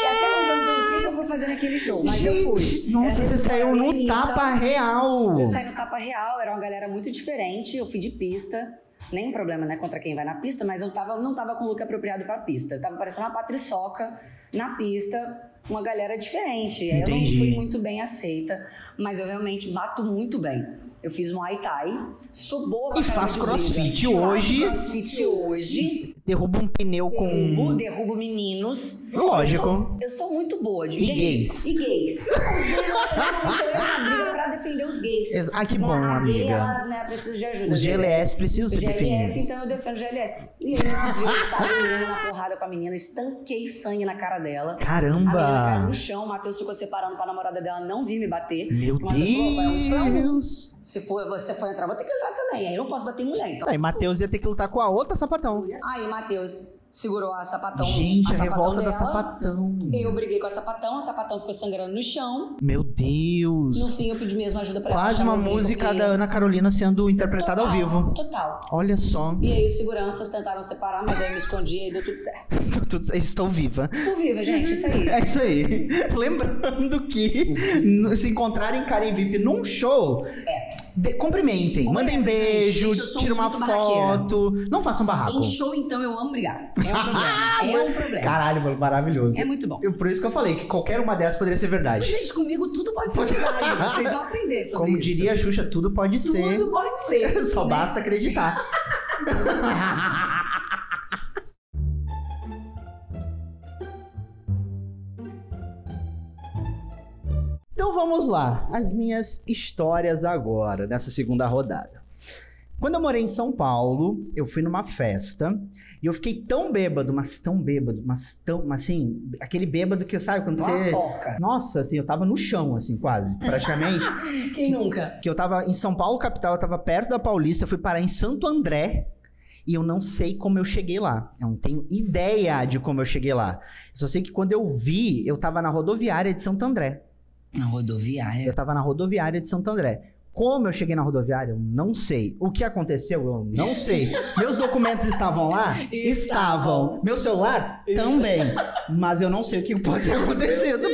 [SPEAKER 2] até hoje eu não pergunto o que que eu fui fazer naquele show, mas eu fui.
[SPEAKER 3] Nossa,
[SPEAKER 2] Era
[SPEAKER 3] você
[SPEAKER 2] Nego do
[SPEAKER 3] saiu
[SPEAKER 2] Borel
[SPEAKER 3] no
[SPEAKER 2] Anitta.
[SPEAKER 3] tapa real.
[SPEAKER 2] Eu saí no tapa real, era uma galera muito diferente, eu fui de pista. Nenhum problema, né, contra quem vai na pista, mas eu tava, não tava com o look apropriado pra pista. Eu tava parecendo uma patriçoca na pista, uma galera diferente. Aí eu
[SPEAKER 3] Entendi.
[SPEAKER 2] não fui muito bem aceita, mas eu realmente bato muito bem. Eu fiz Muay Thai, sou boa pra
[SPEAKER 3] E
[SPEAKER 2] caramba
[SPEAKER 3] faz
[SPEAKER 2] de briga.
[SPEAKER 3] crossfit
[SPEAKER 2] Faço
[SPEAKER 3] hoje.
[SPEAKER 2] crossfit hoje.
[SPEAKER 3] Derruba um pneu
[SPEAKER 2] Derrubo,
[SPEAKER 3] com.
[SPEAKER 2] derrubo meninos.
[SPEAKER 3] Lógico.
[SPEAKER 2] Eu sou, eu sou muito boa de
[SPEAKER 3] E
[SPEAKER 2] gente,
[SPEAKER 3] gays.
[SPEAKER 2] E gays. Os gays eu acho que eu entro na briga pra defender os gays.
[SPEAKER 3] Ex- Ah, que
[SPEAKER 2] Né,
[SPEAKER 3] bom,
[SPEAKER 2] a gay,
[SPEAKER 3] amiga.
[SPEAKER 2] ela, né, precisa de ajuda.
[SPEAKER 3] Os GLS precisam se
[SPEAKER 2] Os GLS,
[SPEAKER 3] definir.
[SPEAKER 2] então eu defendo os GLS. E aí, nesse dia, eu saí menina na porrada com a menina, estanquei sangue na cara dela. A menina caiu
[SPEAKER 3] Caramba!
[SPEAKER 2] no chão, o Matheus ficou separando pra namorada dela não vir me bater.
[SPEAKER 3] Meu
[SPEAKER 2] O Matheus falou, "Vai, é um pra um."
[SPEAKER 3] Deus!
[SPEAKER 2] Se for, você for entrar, vou ter que entrar também. Aí eu não posso bater em mulher, então.
[SPEAKER 3] Aí Matheus ia ter que lutar com a outra sapatão.
[SPEAKER 2] Aí, Matheus segurou Então, a sapatão.
[SPEAKER 3] Gente,
[SPEAKER 2] a,
[SPEAKER 3] a,
[SPEAKER 2] sapatão
[SPEAKER 3] revolta da
[SPEAKER 2] dela.
[SPEAKER 3] sapatão.
[SPEAKER 2] Eu briguei com a sapatão, a sapatão ficou sangrando no chão.
[SPEAKER 3] Meu Deus.
[SPEAKER 2] No fim, eu pedi mesmo ajuda pra ela.
[SPEAKER 3] Quase
[SPEAKER 2] achar
[SPEAKER 3] uma
[SPEAKER 2] um brinco,
[SPEAKER 3] música
[SPEAKER 2] porque-
[SPEAKER 3] da Ana Carolina sendo interpretada ao
[SPEAKER 2] Total,
[SPEAKER 3] vivo.
[SPEAKER 2] Total.
[SPEAKER 3] Olha só.
[SPEAKER 2] E aí, os seguranças tentaram separar, mas aí eu me escondi e aí deu tudo certo.
[SPEAKER 3] Tudo- eu Estou viva.
[SPEAKER 2] Estou viva, gente, isso aí.
[SPEAKER 3] É isso aí. [LAUGHS] Lembrando que n- se encontrarem Karen VIP num show, de- cumprimentem,
[SPEAKER 2] É. Cumprimentem,
[SPEAKER 3] mandem beijo,
[SPEAKER 2] gente. Gente, eu sou
[SPEAKER 3] tirem uma
[SPEAKER 2] muito barraqueira.
[SPEAKER 3] foto. Não façam barraco.
[SPEAKER 2] Em show, então, eu amo brigar. É um
[SPEAKER 3] [LAUGHS]
[SPEAKER 2] problema.
[SPEAKER 3] Ah,
[SPEAKER 2] é um problema.
[SPEAKER 3] Caralho, mano, maravilhoso.
[SPEAKER 2] É muito bom.
[SPEAKER 3] Eu- Por isso que eu falei que qualquer uma dessas poderia ser verdade.
[SPEAKER 2] Gente, comigo tudo pode ser verdade. Vocês vão aprender sobre
[SPEAKER 3] Como
[SPEAKER 2] isso.
[SPEAKER 3] diria a Xuxa, tudo pode ser.
[SPEAKER 2] Tudo pode ser.
[SPEAKER 3] [LAUGHS] Só
[SPEAKER 2] né?
[SPEAKER 3] basta acreditar. [LAUGHS] Então vamos lá, as minhas histórias agora, nessa segunda rodada. Quando eu morei em São Paulo, eu fui numa festa e eu fiquei tão bêbado, mas tão bêbado, mas tão, mas assim, aquele bêbado que sabe quando
[SPEAKER 2] Uma
[SPEAKER 3] você.
[SPEAKER 2] porca.
[SPEAKER 3] Nossa, assim, eu tava no chão, assim, quase, praticamente.
[SPEAKER 2] Quem nunca?
[SPEAKER 3] que eu tava em São Paulo, capital, eu tava perto da Paulista, eu fui parar em Santo André e eu não sei como eu cheguei lá. Eu não tenho ideia de como eu cheguei lá. Eu só sei que quando eu vi, eu tava na rodoviária de Santo André.
[SPEAKER 2] Na rodoviária.
[SPEAKER 3] Eu tava na rodoviária de Santo André. Como eu cheguei na rodoviária, eu não sei. O que aconteceu, eu não sei.
[SPEAKER 2] [LAUGHS]
[SPEAKER 3] Meus documentos estavam lá? Estavam. Meu celular? Também. Mas eu não sei o que pode ter acontecido.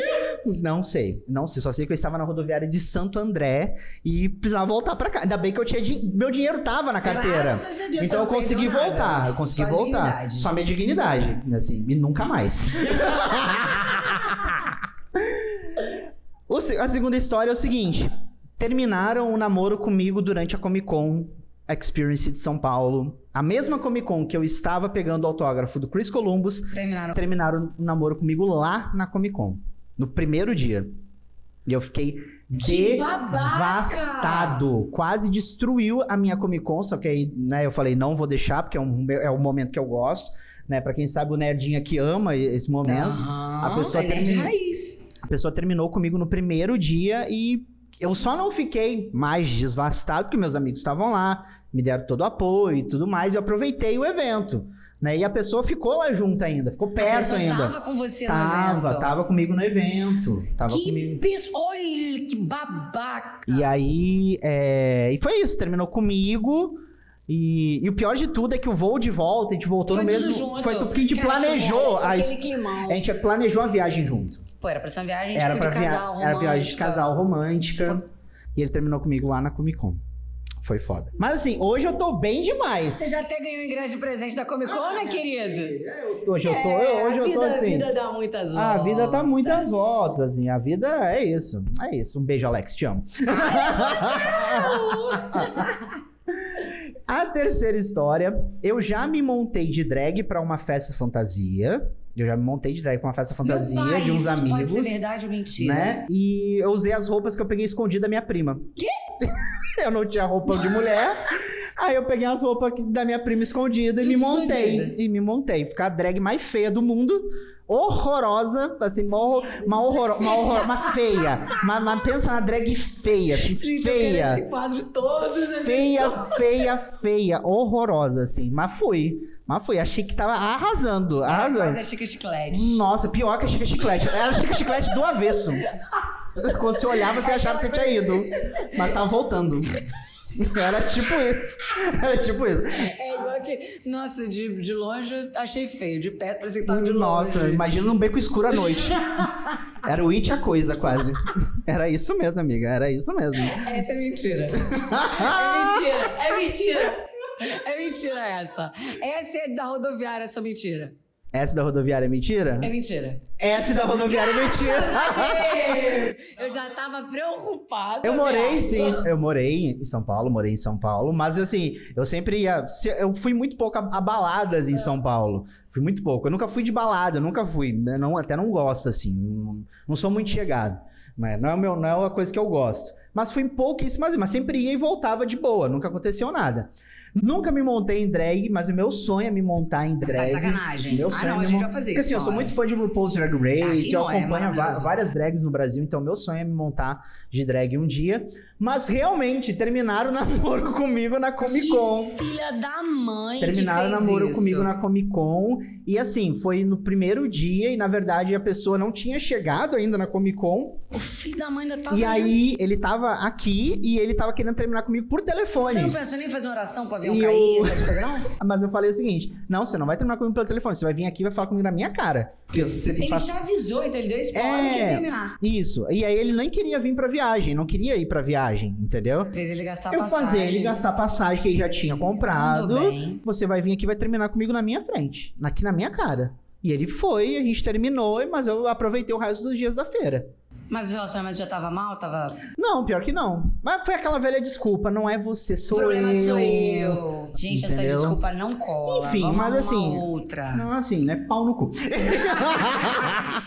[SPEAKER 3] Não sei. Não sei. Só sei que eu estava na rodoviária de Santo André e precisava voltar pra cá. Ainda bem que eu tinha. din- Meu dinheiro tava na carteira.
[SPEAKER 2] Graças a Deus, você
[SPEAKER 3] Então eu
[SPEAKER 2] não
[SPEAKER 3] consegui
[SPEAKER 2] perdeu nada.
[SPEAKER 3] voltar, eu consegui
[SPEAKER 2] Só a
[SPEAKER 3] voltar.
[SPEAKER 2] dignidade.
[SPEAKER 3] Só a minha dignidade, assim, e nunca mais.
[SPEAKER 2] [LAUGHS]
[SPEAKER 3] O se- a segunda história é o seguinte: terminaram o namoro comigo durante a Comic Con Experience de São Paulo. A mesma Comic Con que eu estava pegando o autógrafo do Chris Columbus,
[SPEAKER 2] Terminaram.
[SPEAKER 3] terminaram o namoro comigo lá na Comic Con. No primeiro dia. E eu fiquei
[SPEAKER 2] Que
[SPEAKER 3] devastado. Quase destruiu a minha Comic Con, só que aí, né, eu falei, não vou deixar, porque é um, é um momento que eu gosto. Né, pra quem sabe, o nerdinha que ama esse momento.
[SPEAKER 2] Aham,
[SPEAKER 3] Né? A pessoa
[SPEAKER 2] ele é de
[SPEAKER 3] termina-
[SPEAKER 2] raiz.
[SPEAKER 3] A pessoa terminou comigo no primeiro dia e eu só não fiquei mais desvastado, porque meus amigos estavam lá, me deram todo o apoio e tudo mais, e eu aproveitei o evento. Né? E a pessoa ficou lá junto ainda, ficou
[SPEAKER 2] A
[SPEAKER 3] perto
[SPEAKER 2] pessoa
[SPEAKER 3] ainda.
[SPEAKER 2] tava com você no
[SPEAKER 3] Tava,
[SPEAKER 2] evento.
[SPEAKER 3] tava comigo no evento. Tava
[SPEAKER 2] Que
[SPEAKER 3] comigo.
[SPEAKER 2] peso. Olha que babaca.
[SPEAKER 3] E aí. é, E foi isso, terminou comigo. E, e o pior de tudo é que o voo de volta, a gente voltou
[SPEAKER 2] foi
[SPEAKER 3] no mesmo.
[SPEAKER 2] tudo junto.
[SPEAKER 3] Foi tudo porque a gente
[SPEAKER 2] Cara, que
[SPEAKER 3] planejou.
[SPEAKER 2] bom,
[SPEAKER 3] A,
[SPEAKER 2] Aquele climão.
[SPEAKER 3] a gente planejou a viagem junto.
[SPEAKER 2] Pô, era pra ser uma viagem
[SPEAKER 3] era
[SPEAKER 2] tipo
[SPEAKER 3] pra
[SPEAKER 2] de
[SPEAKER 3] via-
[SPEAKER 2] casal romântica.
[SPEAKER 3] era viagem de casal romântica. E ele terminou comigo lá na Comic Con. Foi foda. Mas assim, hoje eu tô bem demais.
[SPEAKER 2] Você já até ganhou ingresso de presente da Comic Con, né, querido?
[SPEAKER 3] É, eu tô- Hoje Ah, eu tô,
[SPEAKER 2] É,
[SPEAKER 3] hoje
[SPEAKER 2] a
[SPEAKER 3] eu
[SPEAKER 2] vida,
[SPEAKER 3] tô assim.
[SPEAKER 2] A vida dá muitas voltas.
[SPEAKER 3] Ah, a vida tá muitas voltas, assim. A vida é isso. É isso. Um beijo, Alex. Te amo. [LAUGHS] a terceira história. Eu já me montei de drag pra uma festa fantasia. Eu já me montei de drag pra uma festa
[SPEAKER 2] Meu
[SPEAKER 3] fantasia
[SPEAKER 2] pai,
[SPEAKER 3] de uns
[SPEAKER 2] isso Pode
[SPEAKER 3] amigos.
[SPEAKER 2] ser verdade ou mentira.
[SPEAKER 3] né? E eu usei as roupas que eu peguei escondida da minha prima. Quê? [LAUGHS] eu não tinha roupa de mulher. Aí eu peguei as roupas que- da minha prima escondida e
[SPEAKER 2] Tudo
[SPEAKER 3] me montei.
[SPEAKER 2] escondida.
[SPEAKER 3] E me montei. Ficar a drag mais feia do mundo. Horrorosa, assim, uma, horro- uma, horror- uma, horror- uma feia. Uma, uma- pensa na drag feia, assim,
[SPEAKER 2] Gente, eu quero
[SPEAKER 3] feia.
[SPEAKER 2] esse quadro todo. né?
[SPEAKER 3] Feia, feia, feia. Horrorosa, assim. Mas fui. Mas fui. Achei que tava arrasando.
[SPEAKER 2] Era
[SPEAKER 3] Arrasando.
[SPEAKER 2] quase a Chica Chiclete.
[SPEAKER 3] Nossa, pior que a Chica Chiclete. Era a Chica Chiclete do avesso. Quando você olhava, você achava que eu tinha ido. Mas tava voltando. Era tipo isso. Era tipo isso.
[SPEAKER 2] É igual que... Nossa, de, de longe eu achei feio. De perto parecia que tava Tá de longe.
[SPEAKER 3] Nossa, imagina um beco escuro à noite. Era o It a coisa, quase. Era isso mesmo, amiga. Era isso mesmo.
[SPEAKER 2] Essa é mentira.
[SPEAKER 3] Ah!
[SPEAKER 2] é mentira. É mentira. É mentira essa. Essa é da rodoviária, essa mentira.
[SPEAKER 3] Essa da rodoviária é mentira?
[SPEAKER 2] É mentira.
[SPEAKER 3] [LAUGHS] Essa da rodoviária é mentira.
[SPEAKER 2] Eu já tava preocupada. Tá
[SPEAKER 3] Eu morei,
[SPEAKER 2] viado.
[SPEAKER 3] sim. Eu morei em São Paulo, morei em São Paulo, mas assim, eu sempre ia. se- Eu fui muito pouco a, a baladas em São Paulo. Fui muito pouco. Eu nunca fui de balada, eu nunca fui. né, Não, até não gosto, assim. Não, não sou muito chegado. né, Não é, o meu, não é uma coisa que eu gosto. Mas fui em pouquíssimas, mas sempre ia e voltava de boa, nunca aconteceu nada. Nunca me montei em drag, mas o meu sonho é me montar em drag.
[SPEAKER 2] Tá de sacanagem.
[SPEAKER 3] Meu
[SPEAKER 2] ah,
[SPEAKER 3] sonho é
[SPEAKER 2] não,
[SPEAKER 3] me
[SPEAKER 2] a gente
[SPEAKER 3] mon-
[SPEAKER 2] vai fazer
[SPEAKER 3] Porque,
[SPEAKER 2] isso.
[SPEAKER 3] assim, eu sou
[SPEAKER 2] olha.
[SPEAKER 3] muito fã de RuPaul's Drag Race,
[SPEAKER 2] Aqui
[SPEAKER 3] eu
[SPEAKER 2] não, é
[SPEAKER 3] acompanho va-
[SPEAKER 2] maravilhoso.
[SPEAKER 3] várias drags no Brasil, então meu sonho é me montar de drag um dia. Mas realmente, terminaram o [LAUGHS] namoro comigo na Comic Con.
[SPEAKER 2] Filha da mãe. que
[SPEAKER 3] Terminaram o
[SPEAKER 2] fez
[SPEAKER 3] namoro
[SPEAKER 2] isso.
[SPEAKER 3] comigo na Comic Con. E assim, foi no primeiro dia, e na verdade a pessoa não tinha chegado ainda na Comic Con.
[SPEAKER 2] O filho da mãe ainda tava.
[SPEAKER 3] e aí ele tava aqui e ele tava querendo terminar comigo por telefone.
[SPEAKER 2] Você não pensou nem em fazer uma oração pra ver um
[SPEAKER 3] E
[SPEAKER 2] cair,
[SPEAKER 3] eu-
[SPEAKER 2] essas coisas, não?
[SPEAKER 3] Mas eu falei o seguinte: não, você não vai terminar comigo pelo telefone, você vai vir aqui e vai falar comigo na minha cara. Porque você
[SPEAKER 2] Ele
[SPEAKER 3] tem que passar.
[SPEAKER 2] já avisou, então ele deu spoiler
[SPEAKER 3] É.
[SPEAKER 2] que ia terminar.
[SPEAKER 3] Isso. E aí ele nem queria vir pra viagem, não queria ir pra viagem, entendeu?
[SPEAKER 2] Fez ele gastar a
[SPEAKER 3] Eu
[SPEAKER 2] passagem.
[SPEAKER 3] fazia ele gastar a passagem que ele já tinha comprado.
[SPEAKER 2] Mandou bem.
[SPEAKER 3] Você vai vir aqui e vai terminar comigo na minha frente, aqui na minha cara. E ele foi, a gente terminou, mas eu aproveitei o resto dos dias da feira.
[SPEAKER 2] Mas o relacionamento já tava mal, tava.
[SPEAKER 3] Não, pior que não. Mas foi aquela velha desculpa, não é você, sou
[SPEAKER 2] o problema
[SPEAKER 3] eu.
[SPEAKER 2] sou eu. Gente, essa
[SPEAKER 3] Entendeu?
[SPEAKER 2] desculpa não cola.
[SPEAKER 3] Enfim,
[SPEAKER 2] Vamos
[SPEAKER 3] mas
[SPEAKER 2] arrumar
[SPEAKER 3] assim-
[SPEAKER 2] Outra.
[SPEAKER 3] Não, assim, né? Pau no cu. [LAUGHS]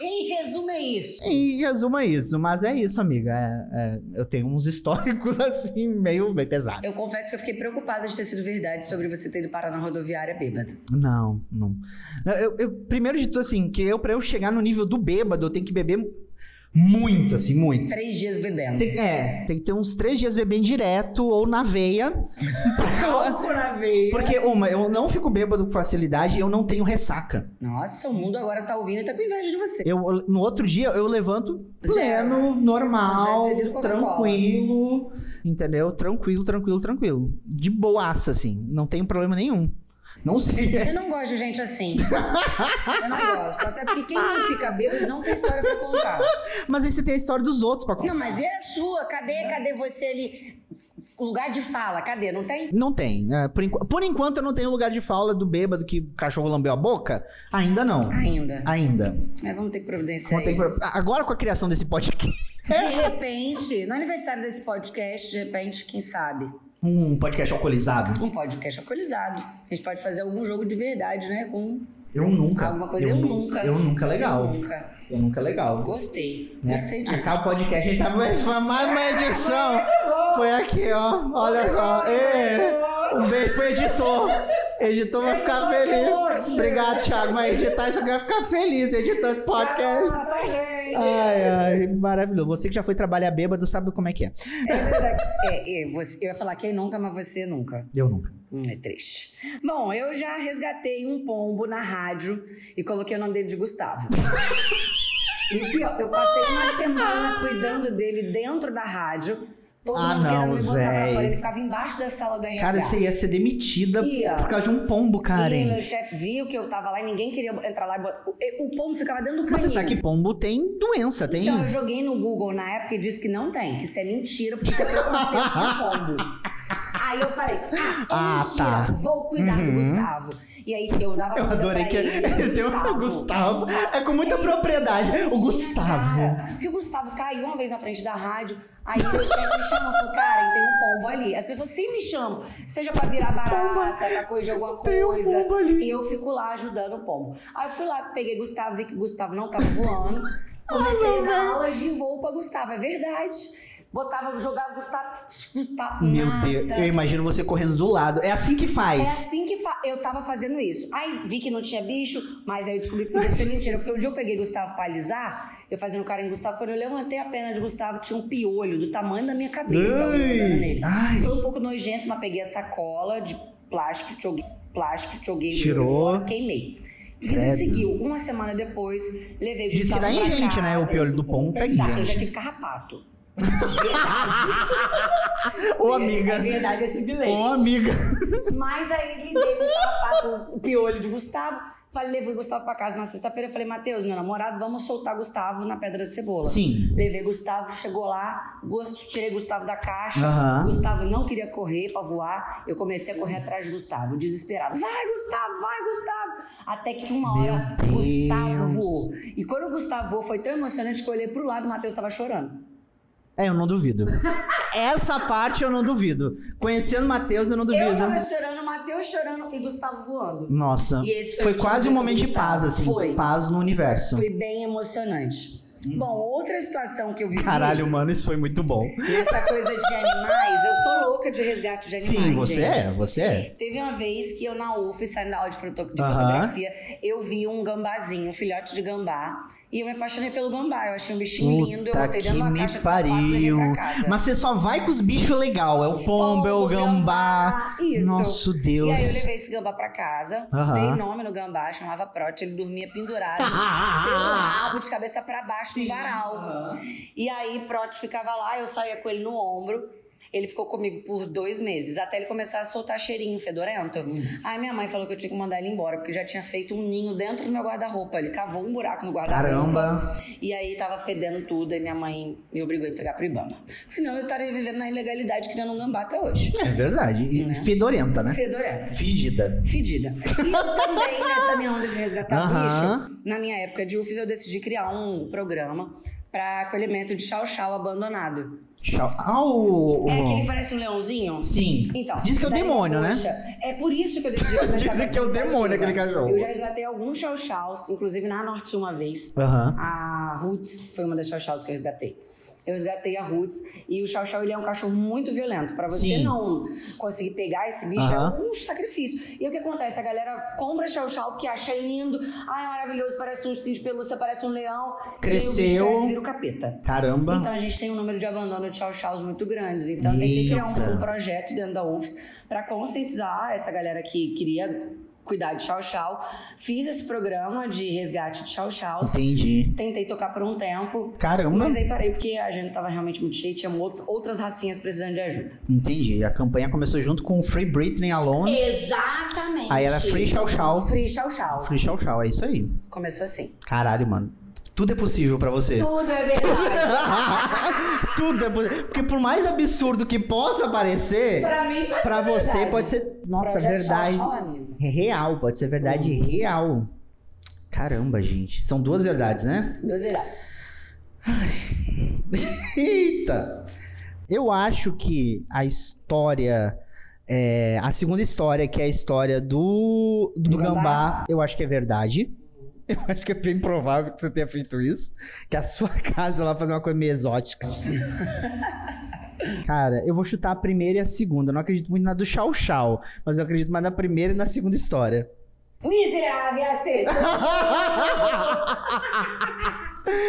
[SPEAKER 2] Em resumo, é isso.
[SPEAKER 3] Em resumo, é isso. Mas é isso, amiga. É- é, eu tenho uns históricos, [LAUGHS] assim, meio, meio pesados.
[SPEAKER 2] Eu confesso que eu fiquei preocupada de ter sido verdade sobre você ter ido parar na rodoviária bêbada.
[SPEAKER 3] Não, não. Eu, eu- primeiro de tudo, assim, que eu, pra eu chegar no nível do bêbado, eu tenho que beber muito, assim, muito.
[SPEAKER 2] Três dias bebendo.
[SPEAKER 3] Tem, que- é, tem que ter uns três dias bebendo direto ou na veia.
[SPEAKER 2] [LAUGHS]
[SPEAKER 3] Pra- Porque, uma, eu não fico bêbado com facilidade e eu não tenho ressaca.
[SPEAKER 2] Nossa, o mundo agora tá ouvindo e tá com inveja de você.
[SPEAKER 3] Eu, no outro dia, eu levanto
[SPEAKER 2] Zero.
[SPEAKER 3] pleno, normal,
[SPEAKER 2] Às vezes bebendo Coca-Cola.
[SPEAKER 3] tranquilo, entendeu? Tranquilo, tranquilo, tranquilo. De boaça, assim. Não tenho problema nenhum. Não sei. [LAUGHS]
[SPEAKER 2] Eu não gosto de gente assim. Eu não gosto. Até porque quem não fica bêbado não tem história pra contar.
[SPEAKER 3] Mas aí você tem a história dos outros pra contar.
[SPEAKER 2] Não, mas e a sua? Cadê, cadê você ali? Lugar de fala, cadê? Não tem?
[SPEAKER 3] Não tem. né? por, enqu- por enquanto eu não tenho lugar de fala do bêbado que o cachorro lambeu a boca. Ainda não.
[SPEAKER 2] Ainda.
[SPEAKER 3] Ainda.
[SPEAKER 2] Mas vamos ter que providenciar.
[SPEAKER 3] Vou ter que-
[SPEAKER 2] isso.
[SPEAKER 3] Agora com a criação desse podcast, [LAUGHS]
[SPEAKER 2] De repente, no aniversário desse podcast, de repente, quem sabe,
[SPEAKER 3] Um podcast alcoolizado.
[SPEAKER 2] um podcast alcoolizado. A gente pode fazer algum jogo de verdade, né? Com
[SPEAKER 3] Eu nunca.
[SPEAKER 2] alguma coisa. Eu,
[SPEAKER 3] nu-
[SPEAKER 2] nunca.
[SPEAKER 3] Eu nunca é legal.
[SPEAKER 2] Eu nunca.
[SPEAKER 3] Eu nunca é legal.
[SPEAKER 2] Gostei.
[SPEAKER 3] né?
[SPEAKER 2] Gostei disso.
[SPEAKER 3] Acaba o podcast, a gente tá mais, foi mais uma edição. Foi aqui, ó. Olha só. Ê, um beijo pro editor. Editor vai ficar feliz. Obrigado, Thiago. Mas editar isso aqui vai ficar feliz editando esse podcast.
[SPEAKER 2] tá,
[SPEAKER 3] Ah. Ai, ai, maravilhoso. Você que já foi trabalhar bêbado sabe como é que é.
[SPEAKER 2] É, é, você- eu ia falar quem nunca, mas você nunca.
[SPEAKER 3] Eu nunca.
[SPEAKER 2] Hum, é triste. Bom, eu já resgatei um pombo na rádio e coloquei o nome dele de
[SPEAKER 3] [LAUGHS]
[SPEAKER 2] Gustavo. E o pior, eu passei uma semana cuidando dele dentro da rádio. Todo
[SPEAKER 3] Ah,
[SPEAKER 2] mundo querendo
[SPEAKER 3] não,
[SPEAKER 2] levantar pra
[SPEAKER 3] véi.
[SPEAKER 2] fora. Ele ficava embaixo da sala do RH.
[SPEAKER 3] Cara, você ia ser demitida
[SPEAKER 2] Ia.
[SPEAKER 3] por causa de um pombo,
[SPEAKER 2] E
[SPEAKER 3] Karen.
[SPEAKER 2] meu chefe viu que eu tava lá e ninguém queria entrar lá. e botar- O, o pombo ficava dentro do
[SPEAKER 3] Mas
[SPEAKER 2] caninho.
[SPEAKER 3] você sabe que pombo tem doença, tem.
[SPEAKER 2] Então eu joguei no Google na época e disse que não tem, que isso é mentira, porque isso é preconceito
[SPEAKER 3] [LAUGHS]
[SPEAKER 2] com pombo. Aí eu falei, ah, é
[SPEAKER 3] Ah,
[SPEAKER 2] mentira,
[SPEAKER 3] tá.
[SPEAKER 2] vou cuidar do Gustavo. E aí eu dava
[SPEAKER 3] Eu
[SPEAKER 2] comida
[SPEAKER 3] adorei
[SPEAKER 2] pra
[SPEAKER 3] que
[SPEAKER 2] ele,
[SPEAKER 3] [LAUGHS] ele tem o Gustavo. É com muita propriedade. O
[SPEAKER 2] Tinha
[SPEAKER 3] Gustavo.
[SPEAKER 2] Cara, porque o Gustavo caiu uma vez na frente da rádio, aí meu chefe me chamou e falou, Karen, tem um pombo ali. As pessoas sempre me chamam, seja pra virar barata, pra coisa de alguma
[SPEAKER 3] um Tem um
[SPEAKER 2] coisa.
[SPEAKER 3] pombo ali.
[SPEAKER 2] E eu fico lá ajudando o pombo. Aí eu fui lá, peguei Gustavo, vi que o Gustavo não tava
[SPEAKER 3] [LAUGHS]
[SPEAKER 2] voando. Comecei a
[SPEAKER 3] né?
[SPEAKER 2] dar aula de voo pra Gustavo, é verdade. Botava, jogava Gustavo, Gustavo
[SPEAKER 3] Meu
[SPEAKER 2] nada.
[SPEAKER 3] Deus, eu imagino você correndo do lado. É assim que
[SPEAKER 2] É
[SPEAKER 3] faz.
[SPEAKER 2] assim que fa- eu tava fazendo isso. Aí vi que não tinha bicho, mas aí eu descobri que podia ser mentira. Porque um dia eu peguei Gustavo pra alisar, eu fazendo um cara em Gustavo, quando eu levantei a perna de Gustavo, tinha um piolho do tamanho da minha cabeça.
[SPEAKER 3] Ai,
[SPEAKER 2] andando nele.
[SPEAKER 3] ai.
[SPEAKER 2] Foi um pouco nojento, mas peguei a sacola de plástico, joguei, plástico, joguei no
[SPEAKER 3] Tirou.
[SPEAKER 2] olho fora, queimei. Vida
[SPEAKER 3] Credo.
[SPEAKER 2] seguiu. Uma semana depois, levei o
[SPEAKER 3] Diz que
[SPEAKER 2] Gustavo
[SPEAKER 3] dá em
[SPEAKER 2] pra
[SPEAKER 3] gente,
[SPEAKER 2] casa.
[SPEAKER 3] né? O piolho do pombo pega em
[SPEAKER 2] Tá, eu já
[SPEAKER 3] gente.
[SPEAKER 2] tive carrapato.
[SPEAKER 3] Ô,
[SPEAKER 2] É
[SPEAKER 3] amiga.
[SPEAKER 2] verdade, esse bilhete.
[SPEAKER 3] Ô, amiga.
[SPEAKER 2] Mas aí liguei com o sapato, o piolho de Gustavo. Falei, levei Gustavo pra casa na sexta-feira. Falei, Matheus, meu namorado, vamos soltar Gustavo na Pedra de Cebola.
[SPEAKER 3] Sim.
[SPEAKER 2] Levei Gustavo, chegou lá, Gus- tirei Gustavo da caixa.
[SPEAKER 3] Aham.
[SPEAKER 2] Gustavo não queria correr pra voar. Eu comecei a correr atrás de Gustavo, desesperado. Vai, Gustavo, vai, Gustavo! Até que uma
[SPEAKER 3] Meu
[SPEAKER 2] hora,
[SPEAKER 3] Deus.
[SPEAKER 2] Gustavo voou. E quando o Gustavo voou, foi tão emocionante que eu olhei pro lado e o Matheus tava chorando.
[SPEAKER 3] É, eu não duvido. Essa parte eu não duvido. Conhecendo o Matheus, eu não
[SPEAKER 2] Eu
[SPEAKER 3] duvido.
[SPEAKER 2] tava chorando, o Matheus chorando e Gustavo voando.
[SPEAKER 3] Nossa.
[SPEAKER 2] E esse foi
[SPEAKER 3] Foi
[SPEAKER 2] o
[SPEAKER 3] quase um
[SPEAKER 2] momento
[SPEAKER 3] momento
[SPEAKER 2] que
[SPEAKER 3] de paz,
[SPEAKER 2] Gustavo
[SPEAKER 3] assim.
[SPEAKER 2] foi.
[SPEAKER 3] Paz no universo.
[SPEAKER 2] Foi bem emocionante. Bom, outra situação que eu vivi.
[SPEAKER 3] Hum. Caralho, mano, isso foi muito bom.
[SPEAKER 2] Essa coisa de animais, eu sou louca de resgate de animais.
[SPEAKER 3] Sim, você
[SPEAKER 2] gente.
[SPEAKER 3] é, você é.
[SPEAKER 2] Teve uma vez que eu na UF, saindo da aula de, foto- de
[SPEAKER 3] Aham.
[SPEAKER 2] fotografia, eu vi um gambazinho, um filhote de gambá. E eu me apaixonei pelo gambá. Eu achei um bichinho lindo, eu
[SPEAKER 3] Puta
[SPEAKER 2] botei
[SPEAKER 3] que
[SPEAKER 2] dentro de uma
[SPEAKER 3] me
[SPEAKER 2] caixa de sapato e levei
[SPEAKER 3] pariu.
[SPEAKER 2] pra casa.
[SPEAKER 3] Mas você só vai com os bichos legal. É o pombo, é o gambá.
[SPEAKER 2] Isso.
[SPEAKER 3] Nosso
[SPEAKER 2] E
[SPEAKER 3] Deus.
[SPEAKER 2] aí eu levei esse gambá pra casa,
[SPEAKER 3] Aham.
[SPEAKER 2] dei nome no gambá, chamava Prote, ele dormia
[SPEAKER 3] [LAUGHS]
[SPEAKER 2] pendurado. pelo rabo de cabeça pra baixo no varal. E aí, Prote ficava lá, eu saía com ele no ombro. Ele ficou comigo por dois meses, até ele começar a soltar cheirinho fedorento. Aí minha mãe falou que eu tinha que mandar ele embora, porque já tinha feito um ninho dentro do meu guarda-roupa. Ele cavou um buraco no guarda-roupa.
[SPEAKER 3] Caramba.
[SPEAKER 2] E aí tava fedendo tudo, e minha mãe me obrigou a entregar pro Ibama. Senão eu estaria vivendo na ilegalidade que não um gambá até hoje.
[SPEAKER 3] É verdade. E fedorenta, né?
[SPEAKER 2] Fedorento
[SPEAKER 3] Fedida.
[SPEAKER 2] fedida. E eu também, nessa minha onda de resgatar
[SPEAKER 3] Aham.
[SPEAKER 2] bicho, na minha época de UFES, eu decidi criar um programa pra acolhimento de chau-chau abandonado.
[SPEAKER 3] Tchau. Ah, o. o-
[SPEAKER 2] É aquele que parece um leãozinho?
[SPEAKER 3] Sim.
[SPEAKER 2] Então,
[SPEAKER 3] Diz que é o
[SPEAKER 2] daí,
[SPEAKER 3] demônio, né?
[SPEAKER 2] poxa, É por isso que eu decidi começar
[SPEAKER 3] Dizem
[SPEAKER 2] com essa
[SPEAKER 3] que é o
[SPEAKER 2] iniciativa.
[SPEAKER 3] demônio aquele cachorro.
[SPEAKER 2] Eu já resgatei alguns chau-chaus, inclusive na Norte uma vez.
[SPEAKER 3] Aham.
[SPEAKER 2] A Roots foi uma das chau-chaus que eu resgatei. Eu resgatei a Roots e o Chau Chau ele é um cachorro muito violento. Pra você
[SPEAKER 3] Sim.
[SPEAKER 2] não conseguir pegar esse bicho
[SPEAKER 3] Aham.
[SPEAKER 2] é um sacrifício. E o que acontece? A galera compra Chau Chau porque acha lindo, ai, maravilhoso, parece um ursinho de pelúcia, parece um leão. E aí o
[SPEAKER 3] Cresceu.
[SPEAKER 2] bicho cresce, vira o capeta.
[SPEAKER 3] Caramba.
[SPEAKER 2] Então a gente tem um número de abandono de chau-chaus muito grandes. Então tem que criar
[SPEAKER 3] Eita.
[SPEAKER 2] um, um projeto dentro da UFS para conscientizar essa galera que queria cuidar de chau-chau. Fiz esse programa de resgate de chau-chaus.
[SPEAKER 3] Entendi.
[SPEAKER 2] Tentei tocar por um tempo.
[SPEAKER 3] Caramba.
[SPEAKER 2] Mas é aí parei porque a gente tava realmente muito cheio, tinha outros- outras racinhas precisando de ajuda.
[SPEAKER 3] Entendi. A campanha começou junto com Free Britney Alone.
[SPEAKER 2] Exatamente.
[SPEAKER 3] Aí era Free Chau Chau.
[SPEAKER 2] Free Chau Chau.
[SPEAKER 3] Free Chau Chau, é isso aí.
[SPEAKER 2] Começou assim.
[SPEAKER 3] Caralho, mano. Tudo é possível pra você. [LAUGHS]
[SPEAKER 2] Tudo é verdade.
[SPEAKER 3] Tudo é possível. Porque por mais absurdo que possa parecer,
[SPEAKER 2] pra mim, pode
[SPEAKER 3] pra
[SPEAKER 2] ser
[SPEAKER 3] você
[SPEAKER 2] verdade.
[SPEAKER 3] pode ser. Nossa,
[SPEAKER 2] Projeto Uhum.
[SPEAKER 3] verdade.
[SPEAKER 2] Chau Chau, amigo.
[SPEAKER 3] É real, pode ser verdade real. Caramba, gente. São duas verdades, né?
[SPEAKER 2] Duas verdades.
[SPEAKER 3] Eita! Eu acho que a história. é, a segunda história, que é a história do, do,
[SPEAKER 2] Do
[SPEAKER 3] gambá,
[SPEAKER 2] gambá.
[SPEAKER 3] eu acho que é verdade. Eu acho que é bem provável que você tenha feito isso. Que a sua [LAUGHS] casa lá fazer uma coisa meio exótica. Cara, eu vou chutar a primeira e a segunda. Eu não acredito muito na do Chau Chau, mas eu acredito mais na primeira e na segunda [LAUGHS] história.
[SPEAKER 2] Miserável, é assim. acertou.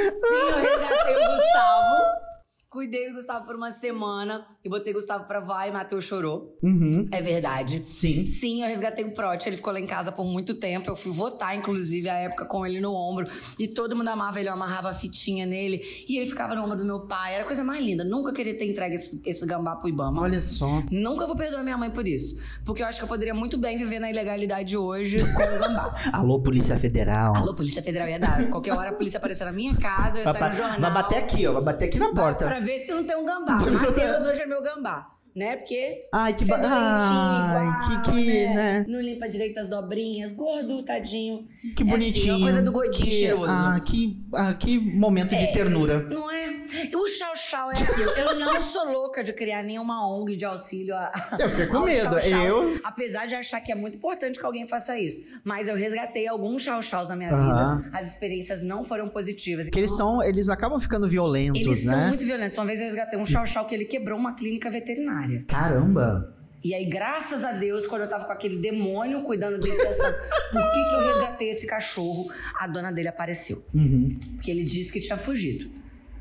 [SPEAKER 2] Sim, [LAUGHS] eu resgatei o Gustavo. Cuidei do Gustavo por uma semana e botei o Gustavo pra vai e Matheus chorou.
[SPEAKER 3] Uhum.
[SPEAKER 2] É verdade.
[SPEAKER 3] Sim.
[SPEAKER 2] Sim, eu resgatei o Prote. Ele ficou lá em casa por muito tempo. Eu fui votar, inclusive, à época, com ele no ombro. E todo mundo amava ele. Eu amarrava a fitinha nele. E ele ficava no ombro do meu pai. Era a coisa mais linda. Nunca queria ter entregue esse, esse gambá pro Ibama.
[SPEAKER 3] Olha só.
[SPEAKER 2] Nunca vou perdoar minha mãe por isso. Porque eu acho que eu poderia muito bem viver na ilegalidade hoje com o gambá.
[SPEAKER 3] [LAUGHS] Alô, Polícia Federal.
[SPEAKER 2] Alô, Polícia Federal ia dar. Qualquer hora a polícia aparecer na minha casa, eu
[SPEAKER 3] Vai,
[SPEAKER 2] saio
[SPEAKER 3] ba-
[SPEAKER 2] no um jornal.
[SPEAKER 3] vai bater aqui, ó. Vai bater aqui na porta.
[SPEAKER 2] Pra ver se não tem um
[SPEAKER 3] [LAUGHS]
[SPEAKER 2] gambá.
[SPEAKER 3] Pra ver se não tem-
[SPEAKER 2] Matheus hoje é meu gambá. Né? Porque.
[SPEAKER 3] Ai, que ba-
[SPEAKER 2] fedorentinho
[SPEAKER 3] Ai,
[SPEAKER 2] igual,
[SPEAKER 3] que- que, né?
[SPEAKER 2] Não limpa direito as dobrinhas, gordo, tadinho.
[SPEAKER 3] Que
[SPEAKER 2] É
[SPEAKER 3] bonitinho.
[SPEAKER 2] assim, é coisa do gordinho
[SPEAKER 3] Que-
[SPEAKER 2] cheiroso.
[SPEAKER 3] Ah, que, ah, que momento de ternura.
[SPEAKER 2] Não é? E O chau chau é aquilo. Eu não sou louca de criar nenhuma ONG de auxílio a.
[SPEAKER 3] Eu fiquei com
[SPEAKER 2] aos
[SPEAKER 3] medo,
[SPEAKER 2] chau-chaus,
[SPEAKER 3] eu-
[SPEAKER 2] Apesar de achar que é muito importante que alguém faça isso. Mas eu resgatei alguns chau chaus na minha
[SPEAKER 3] Aham.
[SPEAKER 2] vida. As experiências não foram positivas.
[SPEAKER 3] Porque eles são, eles acabam ficando violentos,
[SPEAKER 2] Eles
[SPEAKER 3] né?
[SPEAKER 2] são muito violentos. Uma vez eu resgatei um chau chau que ele quebrou uma clínica veterinária.
[SPEAKER 3] Caramba.
[SPEAKER 2] E aí, graças a Deus, quando eu tava com aquele demônio cuidando dele, pensando por que, que eu resgatei esse cachorro, a dona dele apareceu.
[SPEAKER 3] Uhum.
[SPEAKER 2] Porque ele disse que tinha fugido.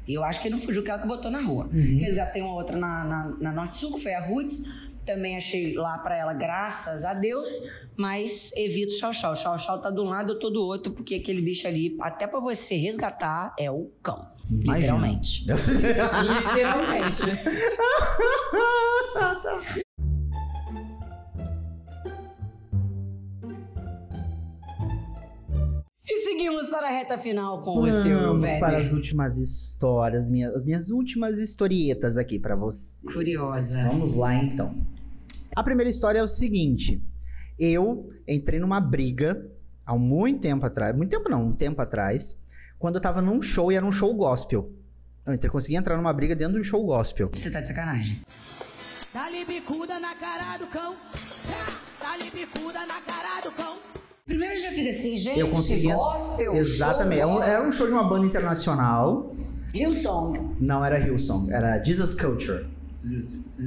[SPEAKER 2] E eu acho que ele não fugiu, que ela que botou na rua. Resgatei uma outra na, na, na Norte Sul, que foi a Roots. Também achei lá pra ela, graças a Deus. Mas evito chau chau. Chau chau tá de um lado, eu tô do outro. Porque aquele bicho ali, até pra você resgatar, é o cão.
[SPEAKER 3] Imagina.
[SPEAKER 2] Literalmente. Literalmente.
[SPEAKER 3] [LAUGHS]
[SPEAKER 2] E seguimos para a reta final com é o seu
[SPEAKER 3] Vamos
[SPEAKER 2] velho.
[SPEAKER 3] para as últimas histórias, minhas, as minhas últimas historietas aqui pra você.
[SPEAKER 2] Curiosa.
[SPEAKER 3] Vamos lá então. A primeira história é o seguinte: eu entrei numa briga há muito tempo atrás, muito tempo não, um tempo atrás, quando eu tava num show e era um show gospel. Eu entrei, consegui entrar numa briga dentro de um show gospel.
[SPEAKER 2] Você tá de sacanagem.
[SPEAKER 5] Dá-lhe Tá bicuda na cara do cão. Tá, Dá-lhe bicuda na cara do cão.
[SPEAKER 2] Primeiro já fica assim, gente,
[SPEAKER 3] eu consegui.
[SPEAKER 2] gospel,
[SPEAKER 3] Exatamente. Era
[SPEAKER 2] show,
[SPEAKER 3] um- era um show de uma banda internacional.
[SPEAKER 2] gospel. Hillsong,
[SPEAKER 3] Não era Hillsong, era Jesus Culture.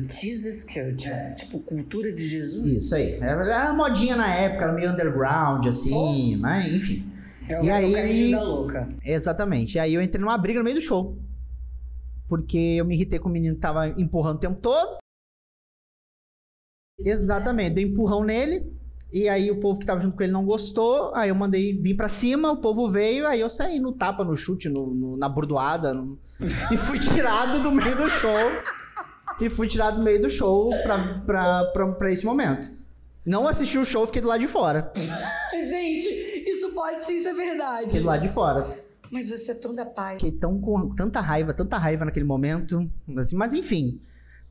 [SPEAKER 2] Jesus Culture, tipo cultura de Jesus.
[SPEAKER 3] É. Isso aí. Era, era modinha na época, era meio underground, assim, né? Enfim.
[SPEAKER 2] É o,
[SPEAKER 3] E
[SPEAKER 2] é
[SPEAKER 3] aí-
[SPEAKER 2] o Candido da louca.
[SPEAKER 3] Exatamente. E aí eu entrei numa briga no meio do show. Porque eu me irritei com o menino que tava empurrando o tempo todo. Exatamente. Dei um empurrão nele. E aí o povo que tava junto com ele não gostou. Aí eu mandei vir pra cima, o povo veio. Aí eu saí no tapa, no chute, no- no- na bordoada. no- [LAUGHS] E fui tirado do meio do show. E fui tirado do meio do show pra, pra, pra, pra esse momento. Não assisti o show, fiquei do lado de fora.
[SPEAKER 2] Ah, Gente, isso pode sim ser verdade.
[SPEAKER 3] Fiquei do lado de fora.
[SPEAKER 2] Mas você é tão da paz.
[SPEAKER 3] Fiquei tão com tanta raiva, tanta raiva naquele momento. assim, mas enfim.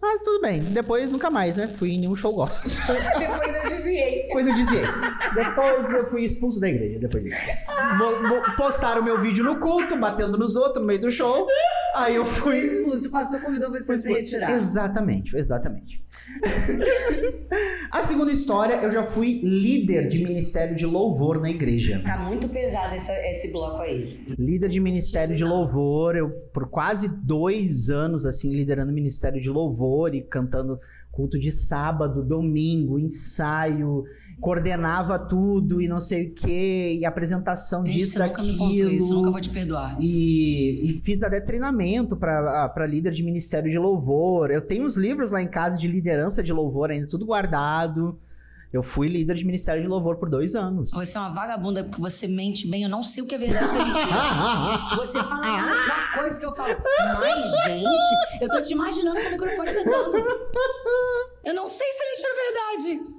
[SPEAKER 3] Mas tudo bem. Depois nunca mais, né? Fui em nenhum show gospel.
[SPEAKER 2] [LAUGHS] Depois eu desviei.
[SPEAKER 3] Depois eu desviei. Depois eu fui expulso da igreja. Depois disso. Mo- mo- Postaram meu vídeo no culto, batendo nos outros no meio do show. Aí eu fui.
[SPEAKER 2] O pastor convidou você a se
[SPEAKER 3] fui-
[SPEAKER 2] retirar.
[SPEAKER 3] Exatamente, exatamente. A segunda história, eu já fui líder de ministério de louvor na igreja.
[SPEAKER 2] Tá muito pesado essa- esse bloco aí.
[SPEAKER 3] Líder de Ministério de Louvor, eu por quase dois anos, assim, liderando o Ministério de Louvor e cantando culto de sábado, domingo, ensaio, coordenava tudo e não sei o quê, e apresentação
[SPEAKER 2] Gente,
[SPEAKER 3] disso,
[SPEAKER 2] você nunca me contou isso,
[SPEAKER 3] daquilo.
[SPEAKER 2] nunca vou te perdoar.
[SPEAKER 3] E, e fiz até treinamento pra pra líder de ministério de louvor. Eu tenho uns livros lá em casa de liderança de louvor ainda, tudo guardado. Eu fui líder de ministério de louvor por dois anos. [LAUGHS]
[SPEAKER 2] Você é uma vagabunda porque você mente bem, eu não sei o que é verdade e o que é
[SPEAKER 3] [LAUGHS]
[SPEAKER 2] mentira. Você fala uma coisa que eu falo, mas gente, eu tô te imaginando com o microfone cantando. Eu não sei se é mentira ou verdade.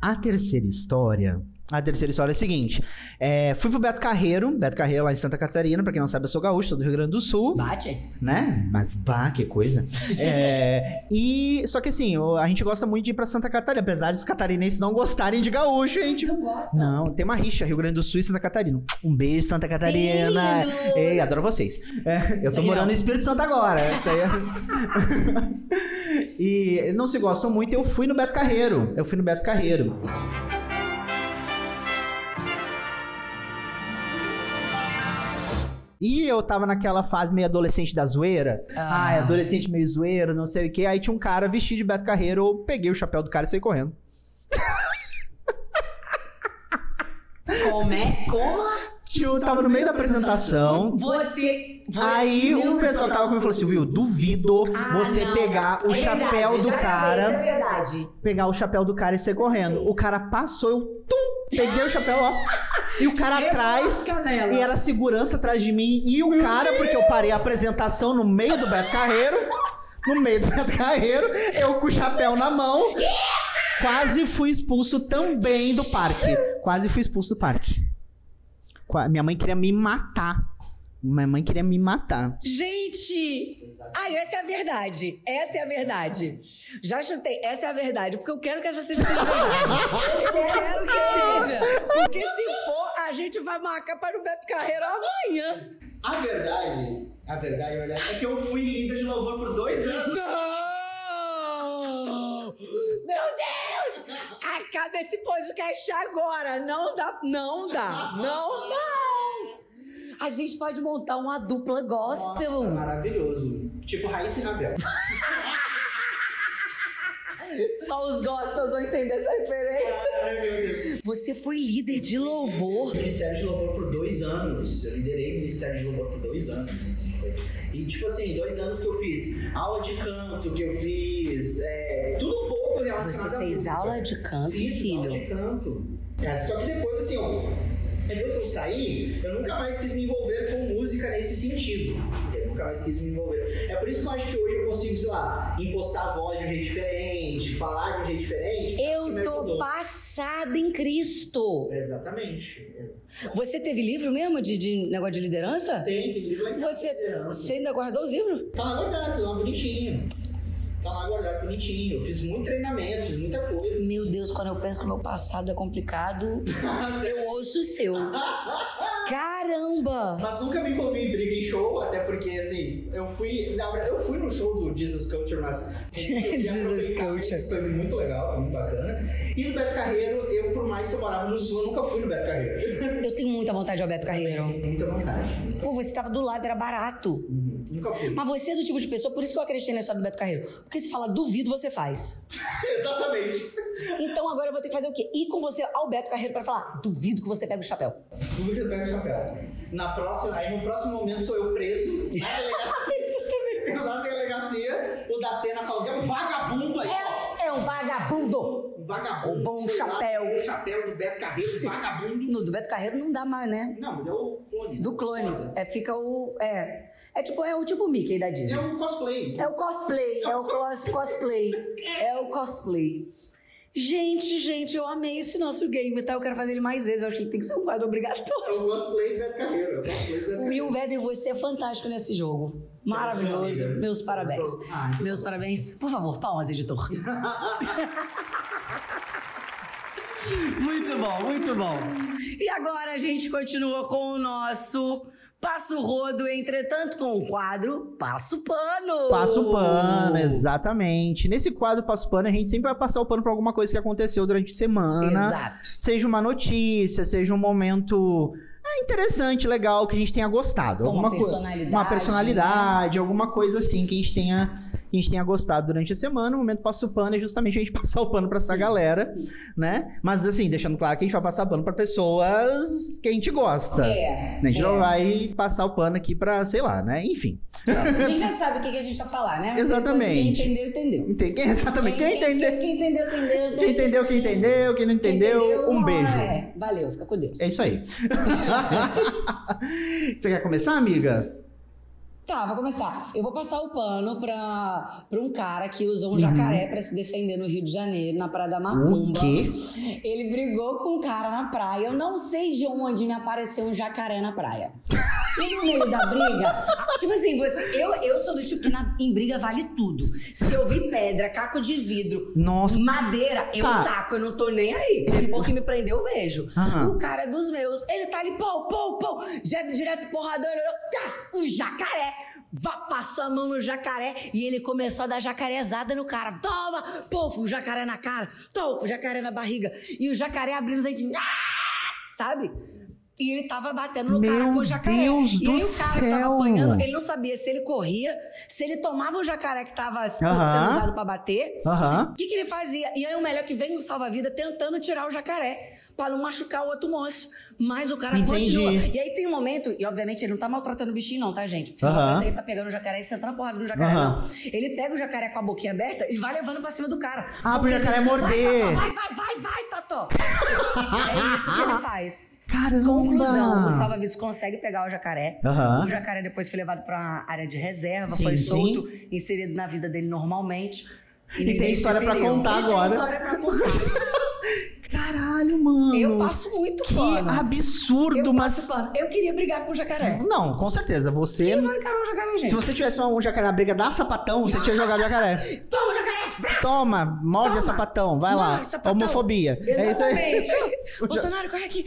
[SPEAKER 3] A terceira história A terceira história é a seguinte. É, fui pro Beto Carreiro, Beto Carreiro é lá em Santa Catarina, pra quem não sabe, eu sou gaúcho, sou do Rio Grande do Sul
[SPEAKER 2] Bate?
[SPEAKER 3] né? Mas bah, que [LAUGHS] coisa. É, e só que assim, o- a gente gosta muito de ir pra Santa Catarina, apesar dos catarinenses não gostarem de gaúcho, a gente. Não, tem uma rixa, Rio Grande do Sul e Santa Catarina. Um beijo, Santa Catarina.
[SPEAKER 2] Lindo!
[SPEAKER 3] Ei, adoro vocês. É, eu
[SPEAKER 2] Isso
[SPEAKER 3] tô
[SPEAKER 2] aqui
[SPEAKER 3] morando
[SPEAKER 2] não.
[SPEAKER 3] no Espírito Santo agora. [LAUGHS] e não se gostam muito, eu fui no Beto Carreiro. Eu fui no Beto Carreiro. E eu tava naquela fase meio adolescente da zoeira.
[SPEAKER 2] Ah.
[SPEAKER 3] Ah, é adolescente meio zoeiro, não sei o quê. Aí tinha um cara vestido de Beto Carreiro, eu peguei o chapéu do cara e saí correndo.
[SPEAKER 2] Como é? Como?
[SPEAKER 3] Eu tava no meio da apresentação.
[SPEAKER 2] Você. vo-
[SPEAKER 3] Aí
[SPEAKER 2] Meu
[SPEAKER 3] o pessoal tava comigo e falou assim: Will, duvido
[SPEAKER 2] Ah,
[SPEAKER 3] você
[SPEAKER 2] não.
[SPEAKER 3] pegar o
[SPEAKER 2] É verdade,
[SPEAKER 3] chapéu do
[SPEAKER 2] já gravei,
[SPEAKER 3] cara.
[SPEAKER 2] Isso é verdade.
[SPEAKER 3] Pegar o chapéu do cara e sair correndo. O cara passou, eu tum, peguei o chapéu, ó. E o cara
[SPEAKER 2] Você é
[SPEAKER 3] atrás.
[SPEAKER 2] marca nela.
[SPEAKER 3] E era segurança atrás de mim. E o cara, porque eu parei a apresentação no meio do Beto Carreiro. No meio do Beto Carreiro, eu com o chapéu na mão. Quase fui expulso também do parque. Quase fui expulso do parque. Qua- Minha mãe queria me matar. Minha mãe queria me matar.
[SPEAKER 7] Gente! Ai, essa é a verdade. Essa é a verdade. Já chutei. Essa é a verdade. Porque eu quero que essa seja a verdade. Eu quero que seja. Porque se for, a gente vai marcar para o Beto Carreiro amanhã.
[SPEAKER 3] A verdade, a verdade, a verdade é que eu fui líder de louvor por dois anos.
[SPEAKER 7] Não! Meu Deus! Acaba esse podcast agora. Não dá. Não dá. Não, não!
[SPEAKER 2] A gente pode montar uma dupla gospel.
[SPEAKER 3] maravilhoso. Tipo Raíssa e Ravel.
[SPEAKER 2] Só os gospels vão entender essa referência. Você foi líder de louvor.
[SPEAKER 8] Ministério de Louvor por dois anos. Eu liderei o Ministério de Louvor por dois anos, assim, foi. E, tipo assim, dois anos que eu fiz aula de canto, que eu fiz é, tudo um pouco relacionado
[SPEAKER 2] Você
[SPEAKER 8] à
[SPEAKER 2] fez
[SPEAKER 8] música.
[SPEAKER 2] aula de canto,
[SPEAKER 8] Fiz aula
[SPEAKER 2] filho.
[SPEAKER 8] de canto. É, só que depois, assim, ó, depois que eu saí, eu nunca mais quis me envolver com música nesse sentido. Eu nunca mais quis me envolver. É por isso que eu acho que hoje eu consigo, sei lá, impostar a voz de um jeito diferente, falar de um jeito diferente. Isso
[SPEAKER 2] Eu
[SPEAKER 8] me
[SPEAKER 2] tô
[SPEAKER 8] ajudou.
[SPEAKER 2] passada em Cristo.
[SPEAKER 8] Exatamente.
[SPEAKER 2] Você teve livro mesmo de, de negócio de liderança?
[SPEAKER 8] Tem, tem livro lá em casa,
[SPEAKER 2] Você,
[SPEAKER 8] liderança.
[SPEAKER 2] você ainda guardou os livros?
[SPEAKER 8] Tá lá guardado, tá lá bonitinho. Tá lá guardado bonitinho. Eu fiz muito treinamento, fiz muita coisa. [LAUGHS]
[SPEAKER 2] Meu Deus, quando eu penso que o meu passado é complicado, eu ouço o seu.
[SPEAKER 8] Tá
[SPEAKER 2] Caramba!
[SPEAKER 8] Mas nunca me envolvi em briga em show, até porque assim, eu fui. na verdade, eu fui no show do Jesus Culture,
[SPEAKER 2] [LAUGHS]
[SPEAKER 8] mas.
[SPEAKER 2] Jesus Culture.
[SPEAKER 8] Foi muito legal, foi muito bacana. E no Beto Carreiro, eu, por mais que eu morava no sul, eu nunca fui no Beto Carreiro.
[SPEAKER 2] Eu tenho muita vontade de Alberto Carreiro.
[SPEAKER 8] [LAUGHS] Muita vontade.
[SPEAKER 2] Pô, você tava do lado, era barato.
[SPEAKER 8] Nunca fui.
[SPEAKER 2] Mas você é do tipo de pessoa, por isso que eu acreditei na história do Beto Carreiro. Porque se fala duvido, você faz.
[SPEAKER 8] [LAUGHS] Exatamente.
[SPEAKER 2] Então agora eu vou ter que fazer o quê? Ir com você ao Beto Carreiro pra falar, duvido que você pega o chapéu.
[SPEAKER 8] Duvido que eu pego o chapéu. Na próxima, aí no próximo momento sou eu preso
[SPEAKER 2] [LAUGHS]
[SPEAKER 8] na delegacia. Eu [LAUGHS] na delegacia, o Datena falou que é um vagabundo aí.
[SPEAKER 2] É, é um vagabundo!
[SPEAKER 8] Um vagabundo.
[SPEAKER 2] O bom
[SPEAKER 8] sei lá,
[SPEAKER 2] chapéu.
[SPEAKER 8] O chapéu do Beto Carreiro, vagabundo.
[SPEAKER 2] No do Beto Carreiro não dá mais, né?
[SPEAKER 8] Não, mas é o clone.
[SPEAKER 2] Do clone. É, fica o. É. É tipo, é o tipo Mickey da
[SPEAKER 8] É
[SPEAKER 2] Disney.
[SPEAKER 8] um cosplay.
[SPEAKER 2] É o cosplay, é o cos, cosplay. É o cosplay. Gente, gente, eu amei esse nosso game, tá? Eu quero fazer ele mais vezes. Eu acho que tem que ser um quadro obrigatório.
[SPEAKER 8] É um cosplay do Beto Carreiro. É um cosplay do Beto Carreiro.
[SPEAKER 2] Will Weber, você é fantástico nesse jogo. Maravilhoso.
[SPEAKER 8] amiga.
[SPEAKER 2] Meus parabéns.
[SPEAKER 8] Ah, então
[SPEAKER 2] Meus parabéns. Por favor,
[SPEAKER 8] [LAUGHS]
[SPEAKER 2] palmas, editor. muito bom, muito bom. E agora a gente continua com o nosso Passo Rodo, entretanto, com o quadro Passo Pano.
[SPEAKER 3] Passa o pano, exatamente. Nesse quadro Passa o Pano, a gente sempre vai passar o pano pra alguma coisa que aconteceu durante a semana.
[SPEAKER 2] Exato.
[SPEAKER 3] Seja uma notícia, seja um momento é, interessante, legal, que a gente tenha gostado.
[SPEAKER 2] Uma
[SPEAKER 3] Alguma coi-
[SPEAKER 2] personalidade, né?
[SPEAKER 3] Uma personalidade, alguma coisa assim que a gente tenha. que A gente tenha gostado durante a semana, o momento passa o pano é justamente a gente [LAUGHS] passar o pano pra essa galera, né? Mas assim, deixando claro que a gente vai passar pano pra pessoas que a gente gosta.
[SPEAKER 2] É.
[SPEAKER 3] A gente não
[SPEAKER 2] é.
[SPEAKER 3] vai passar o pano aqui pra, sei lá, né? Enfim.
[SPEAKER 2] A gente já sabe o que que a gente vai falar, né? Vocês,
[SPEAKER 3] Exatamente.
[SPEAKER 2] Quem entendeu, entendeu.
[SPEAKER 3] Entende? [LAUGHS] Exatamente. Quem entendeu?
[SPEAKER 2] Quem, quem entendeu, quem entendeu.
[SPEAKER 3] Quem entendeu, quem entendeu, quem não
[SPEAKER 2] Quem
[SPEAKER 3] entendeu, um
[SPEAKER 2] não,
[SPEAKER 3] beijo. É.
[SPEAKER 2] é. valeu, fica
[SPEAKER 3] [LAUGHS]
[SPEAKER 2] com Deus.
[SPEAKER 3] isso aí. Você quer começar, amiga?
[SPEAKER 2] Tá, vou começar. Eu vou passar o pano pra, pra um cara que usou um jacaré pra se defender no Rio de Janeiro, na Praia da Macumba.
[SPEAKER 3] quê?
[SPEAKER 2] Ele brigou com um cara na praia. Eu não sei de onde me apareceu um jacaré na praia. E no meio da briga, [LAUGHS] a- tipo assim, você, eu, eu sou do tipo que na- em briga vale tudo. Se eu vi pedra, caco de vidro,
[SPEAKER 3] Nossa.
[SPEAKER 2] madeira, eu
[SPEAKER 3] Tá.
[SPEAKER 2] taco, eu não tô nem aí. Depois que me prendeu, eu vejo.
[SPEAKER 3] Aham.
[SPEAKER 2] O cara é dos meus. Ele tá ali, pô, pô, pô, jab direto, porradão, ele olhou, tá, o jacaré. Vá, passou a mão no jacaré e ele começou a dar jacarezada no cara. Toma, pô, o jacaré na cara, tofo, jacaré na barriga. E o jacaré abrindo os dentes, ah! sabe? E ele tava batendo no
[SPEAKER 3] Meu
[SPEAKER 2] cara com o jacaré.
[SPEAKER 3] Deus
[SPEAKER 2] e
[SPEAKER 3] do
[SPEAKER 2] aí o cara que
[SPEAKER 3] céu!
[SPEAKER 2] tava apanhando, ele não sabia se ele corria, se ele tomava o jacaré que tava
[SPEAKER 3] Aham.
[SPEAKER 2] sendo usado pra bater.
[SPEAKER 3] Aham.
[SPEAKER 2] O que, que ele fazia? E aí o melhor que vem um salva-vida tentando tirar o jacaré pra não machucar o outro moço. Mas o cara
[SPEAKER 3] Entendi.
[SPEAKER 2] continua. E aí tem um momento, e obviamente ele não tá maltratando o bichinho, não, tá, gente? Porque senão
[SPEAKER 3] Aham.
[SPEAKER 2] parece que ele tá pegando o jacaré e sentando a porrada no jacaré,
[SPEAKER 3] Aham.
[SPEAKER 2] não. Ele pega o jacaré com a boquinha aberta e vai levando pra cima do cara.
[SPEAKER 3] Ah, pro
[SPEAKER 2] Porque ele
[SPEAKER 3] jacaré
[SPEAKER 2] diz,
[SPEAKER 3] morder."
[SPEAKER 2] Vai, Tató, vai, vai, vai, Tató! é isso que ele faz.
[SPEAKER 3] Caramba!
[SPEAKER 2] Conclusão, o salva-vidas consegue pegar o jacaré.
[SPEAKER 3] Aham.
[SPEAKER 2] O jacaré depois foi levado pra uma área de reserva,
[SPEAKER 3] Sim,
[SPEAKER 2] foi
[SPEAKER 3] sim.
[SPEAKER 2] solto, inserido na vida dele normalmente.
[SPEAKER 3] E
[SPEAKER 2] ninguém
[SPEAKER 3] tem
[SPEAKER 2] se
[SPEAKER 3] história pra
[SPEAKER 2] feriu.
[SPEAKER 3] contar
[SPEAKER 2] E
[SPEAKER 3] agora.
[SPEAKER 2] Tem história pra contar.
[SPEAKER 3] Caralho, mano. [LAUGHS]
[SPEAKER 2] Eu passo muito
[SPEAKER 3] Que
[SPEAKER 2] pano.
[SPEAKER 3] absurdo,
[SPEAKER 2] Eu
[SPEAKER 3] mas.
[SPEAKER 2] passo pano. Eu queria brigar com o jacaré.
[SPEAKER 3] Não, com certeza. Você.
[SPEAKER 2] Quem vai encarar o jacaré, gente?
[SPEAKER 3] Se você tivesse um jacaré na briga da sapatão, você tinha jogado jacaré.
[SPEAKER 2] [LAUGHS] Toma, jacaré! Brá!
[SPEAKER 3] Toma, morde
[SPEAKER 2] Toma.
[SPEAKER 3] a sapatão, vai lá.
[SPEAKER 2] Morde, sapatão.
[SPEAKER 3] Homofobia. É
[SPEAKER 2] Exatamente.
[SPEAKER 3] isso aí.
[SPEAKER 2] Bolsonaro, corre aqui.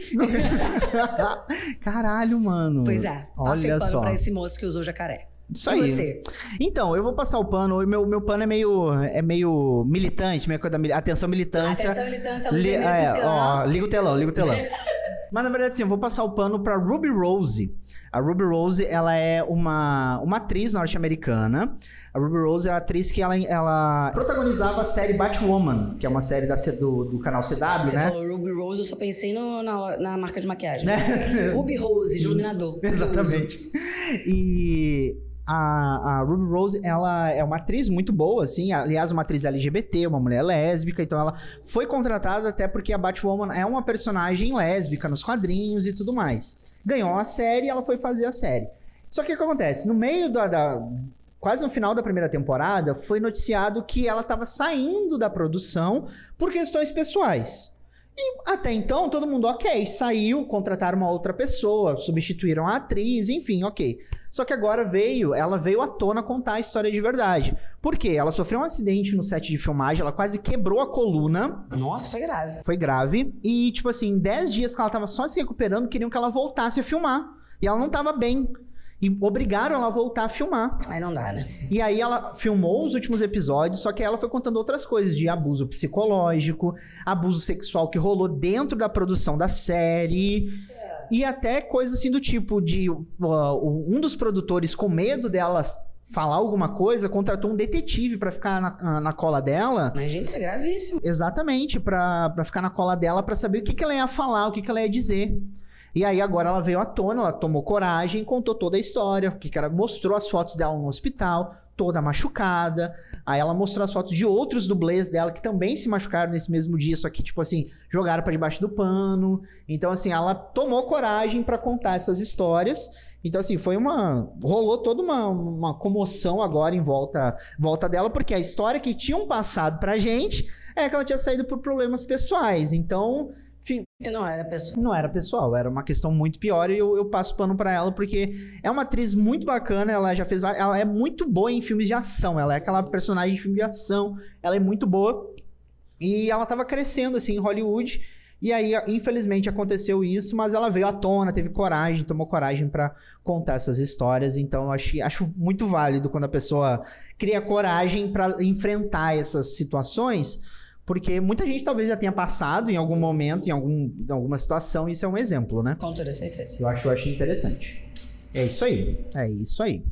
[SPEAKER 3] [LAUGHS] Caralho, mano.
[SPEAKER 2] [LAUGHS] Pois é, passei
[SPEAKER 3] Olha
[SPEAKER 2] pano
[SPEAKER 3] só.
[SPEAKER 2] pra esse moço que usou jacaré.
[SPEAKER 3] Isso
[SPEAKER 2] E
[SPEAKER 3] aí.
[SPEAKER 2] você?
[SPEAKER 3] Então, eu vou passar o pano. Meu, meu pano é meio, é meio militante, meio coisa da mili- atenção militância.
[SPEAKER 2] Atenção, militância, luz
[SPEAKER 3] Li,
[SPEAKER 2] vermelha
[SPEAKER 3] é,
[SPEAKER 2] piscando.
[SPEAKER 3] ó, liga o telão, liga
[SPEAKER 2] [LAUGHS]
[SPEAKER 3] o telão. Mas na verdade, sim, eu vou passar o pano pra Ruby Rose. A Ruby Rose, ela é uma, uma atriz norte-americana. A Ruby Rose é a atriz que ela, ela protagonizava a série Batwoman, que é uma série da, C- do, do canal CW,
[SPEAKER 2] Você
[SPEAKER 3] né?
[SPEAKER 2] falou Ruby Rose, eu só pensei no- na, na marca de
[SPEAKER 3] [LAUGHS]
[SPEAKER 2] maquiagem.
[SPEAKER 3] Né?
[SPEAKER 2] Ruby Rose, de iluminador.
[SPEAKER 3] [LAUGHS] Exatamente. E a, a Ruby Rose, ela é uma atriz muito boa, assim. Aliás, uma atriz LGBT, uma mulher lésbica. Então, ela foi contratada até porque a Batwoman é uma personagem lésbica nos quadrinhos e tudo mais. Ganhou a série, ela foi fazer a série. Só que o que acontece? No meio da. da- Quase no final da primeira temporada, foi noticiado que ela estava saindo da produção por questões pessoais. Até então, todo mundo ok, saiu, contrataram uma outra pessoa, substituíram a atriz, enfim, ok. Só que agora veio, ela veio à tona contar a história de verdade. Por quê? Ela sofreu um acidente no set de filmagem, ela quase quebrou a coluna,
[SPEAKER 2] Nossa, foi grave.
[SPEAKER 3] foi grave, e tipo assim, em 10 dias que ela tava só se recuperando, queriam que ela voltasse a filmar. E ela não tava bem. E obrigaram ela a voltar a filmar.
[SPEAKER 2] Aí não dá, né?
[SPEAKER 3] E aí ela filmou os últimos episódios, só que ela foi contando outras coisas de abuso psicológico, abuso sexual que rolou dentro da produção da série. E até coisas assim do tipo de uh, um dos produtores com medo delas falar alguma coisa, contratou um detetive pra ficar na, na cola dela.
[SPEAKER 2] Mas, gente, isso é gravíssimo.
[SPEAKER 3] Exatamente, pra pra ficar na cola dela, pra saber o que, que ela ia falar, o que, que ela ia dizer. E aí agora ela veio à tona, ela tomou coragem, contou toda a história, o que, que era, mostrou as fotos dela no hospital, toda machucada. Aí ela mostrou as fotos de outros dublês dela que também se machucaram nesse mesmo dia, só que tipo assim, jogaram pra debaixo do pano. Então assim, ela tomou coragem pra contar essas histórias. Então assim, foi uma rolou toda uma, uma comoção agora em volta volta dela, porque a história que tinham passado pra gente é que ela tinha saído por problemas pessoais. Então,
[SPEAKER 2] Eu não era pessoa.
[SPEAKER 3] não era pessoal, era uma questão muito pior e eu, eu passo pano pra ela porque é uma atriz muito bacana, ela já fez, va- ela é muito boa em filmes de ação, ela é aquela personagem de filme de ação, ela é muito boa. E ela tava crescendo assim em Hollywood, e aí infelizmente aconteceu isso, mas ela veio à tona, teve coragem, tomou coragem pra contar essas histórias, então eu acho, acho muito válido quando a pessoa cria coragem pra enfrentar essas situações. Porque muita gente talvez já tenha passado em algum momento, em, algum, em alguma situação, isso é um exemplo, né?
[SPEAKER 2] Com toda certeza.
[SPEAKER 3] Eu acho, eu acho interessante. É isso aí. É isso aí.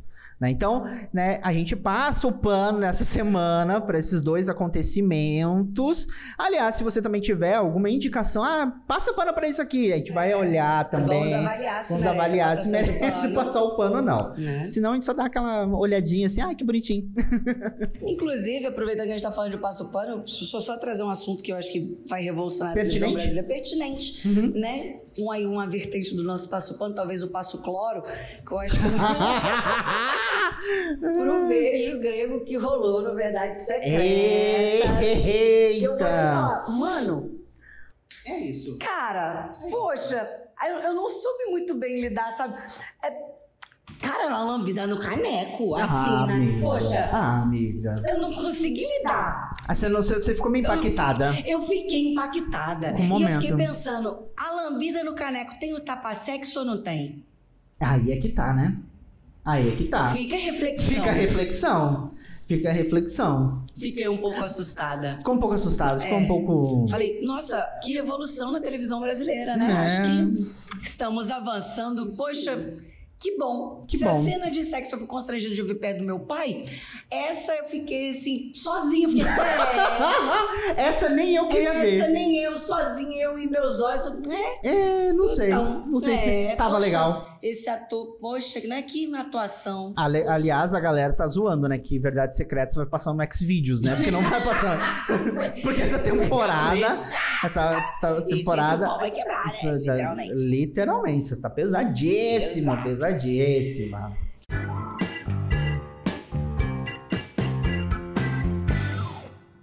[SPEAKER 3] Né, Então, né, a gente passa o pano nessa semana para esses dois acontecimentos. Aliás, se você também tiver alguma indicação, ah, passa pano para isso aqui. A gente vai olhar também.
[SPEAKER 2] É, Tá Vamos avaliar se
[SPEAKER 3] Vamos
[SPEAKER 2] merece
[SPEAKER 3] avaliar se
[SPEAKER 2] passar seu
[SPEAKER 3] [LAUGHS] merece
[SPEAKER 2] pano.
[SPEAKER 3] passar o pano ou não.
[SPEAKER 2] Né?
[SPEAKER 3] Senão a gente só dá aquela olhadinha assim, ah, que
[SPEAKER 2] [LAUGHS]
[SPEAKER 3] bonitinho.
[SPEAKER 2] Inclusive, aproveitando que a gente tá falando de passo pano, deixa eu só trazer um assunto que eu acho que vai revolucionar a televisão
[SPEAKER 3] Pertinente? Uhum.
[SPEAKER 2] brasileira. Pertinente, né? Um aí, uma vertente do nosso passo pano, talvez o passo cloro, que eu acho que... é um
[SPEAKER 3] [LAUGHS]
[SPEAKER 2] que rolou no Verdade Secreta. Que
[SPEAKER 3] Eita!
[SPEAKER 2] eu vou te falar, mano,
[SPEAKER 9] É isso.
[SPEAKER 2] cara, poxa, eu, eu não soube muito bem lidar, sabe? É, cara, era uma lambida no
[SPEAKER 3] Ah,
[SPEAKER 2] caneco, assim, né?
[SPEAKER 3] amiga.
[SPEAKER 2] Poxa,
[SPEAKER 3] Ah, amiga.
[SPEAKER 2] eu não consegui lidar.
[SPEAKER 3] Ah, você, não, você você ficou meio impactada.
[SPEAKER 2] Eu fiquei impactada.
[SPEAKER 3] Um
[SPEAKER 2] e eu
[SPEAKER 3] momento.
[SPEAKER 2] fiquei pensando, a lambida no caneco tem o tapa-sexo ou não tem?
[SPEAKER 3] Aí é que tá, né? Aí é que tá.
[SPEAKER 2] Fica a reflexão.
[SPEAKER 3] Fica a reflexão. Fica a reflexão.
[SPEAKER 2] Fiquei um pouco assustada.
[SPEAKER 3] Ficou um pouco assustado, ficou um pouco.
[SPEAKER 2] É. Falei, nossa, que revolução na televisão brasileira, né?
[SPEAKER 3] É.
[SPEAKER 2] Acho que estamos avançando. Poxa, que bom.
[SPEAKER 3] Que
[SPEAKER 2] Se
[SPEAKER 3] bom.
[SPEAKER 2] a cena de sexo eu fui constrangida de ouvir perto do meu pai, essa eu fiquei assim, sozinha. Eu Fiquei, é,
[SPEAKER 3] Essa nem eu [LAUGHS] queria
[SPEAKER 2] essa
[SPEAKER 3] ver.
[SPEAKER 2] nem eu, sozinha, eu e meus olhos. eu- É,
[SPEAKER 3] É, não sei.
[SPEAKER 2] Então,
[SPEAKER 3] não sei
[SPEAKER 2] é,
[SPEAKER 3] se tava
[SPEAKER 2] poxa,
[SPEAKER 3] legal.
[SPEAKER 2] Esse ator, poxa, né? Que atuação.
[SPEAKER 3] Ale- aliás, a galera tá zoando, né? Que Verdade Secreta vai passar no X-Videos, né? Porque não
[SPEAKER 2] [LAUGHS]
[SPEAKER 3] vai passar. Porque essa temporada. Essa ta-
[SPEAKER 2] E disse, o
[SPEAKER 3] temporada.
[SPEAKER 2] pau vai quebrar, né?
[SPEAKER 3] essa- tá,
[SPEAKER 2] Literalmente.
[SPEAKER 3] literalmente, você tá pesadíssima,
[SPEAKER 2] Exato.
[SPEAKER 3] pesadíssima.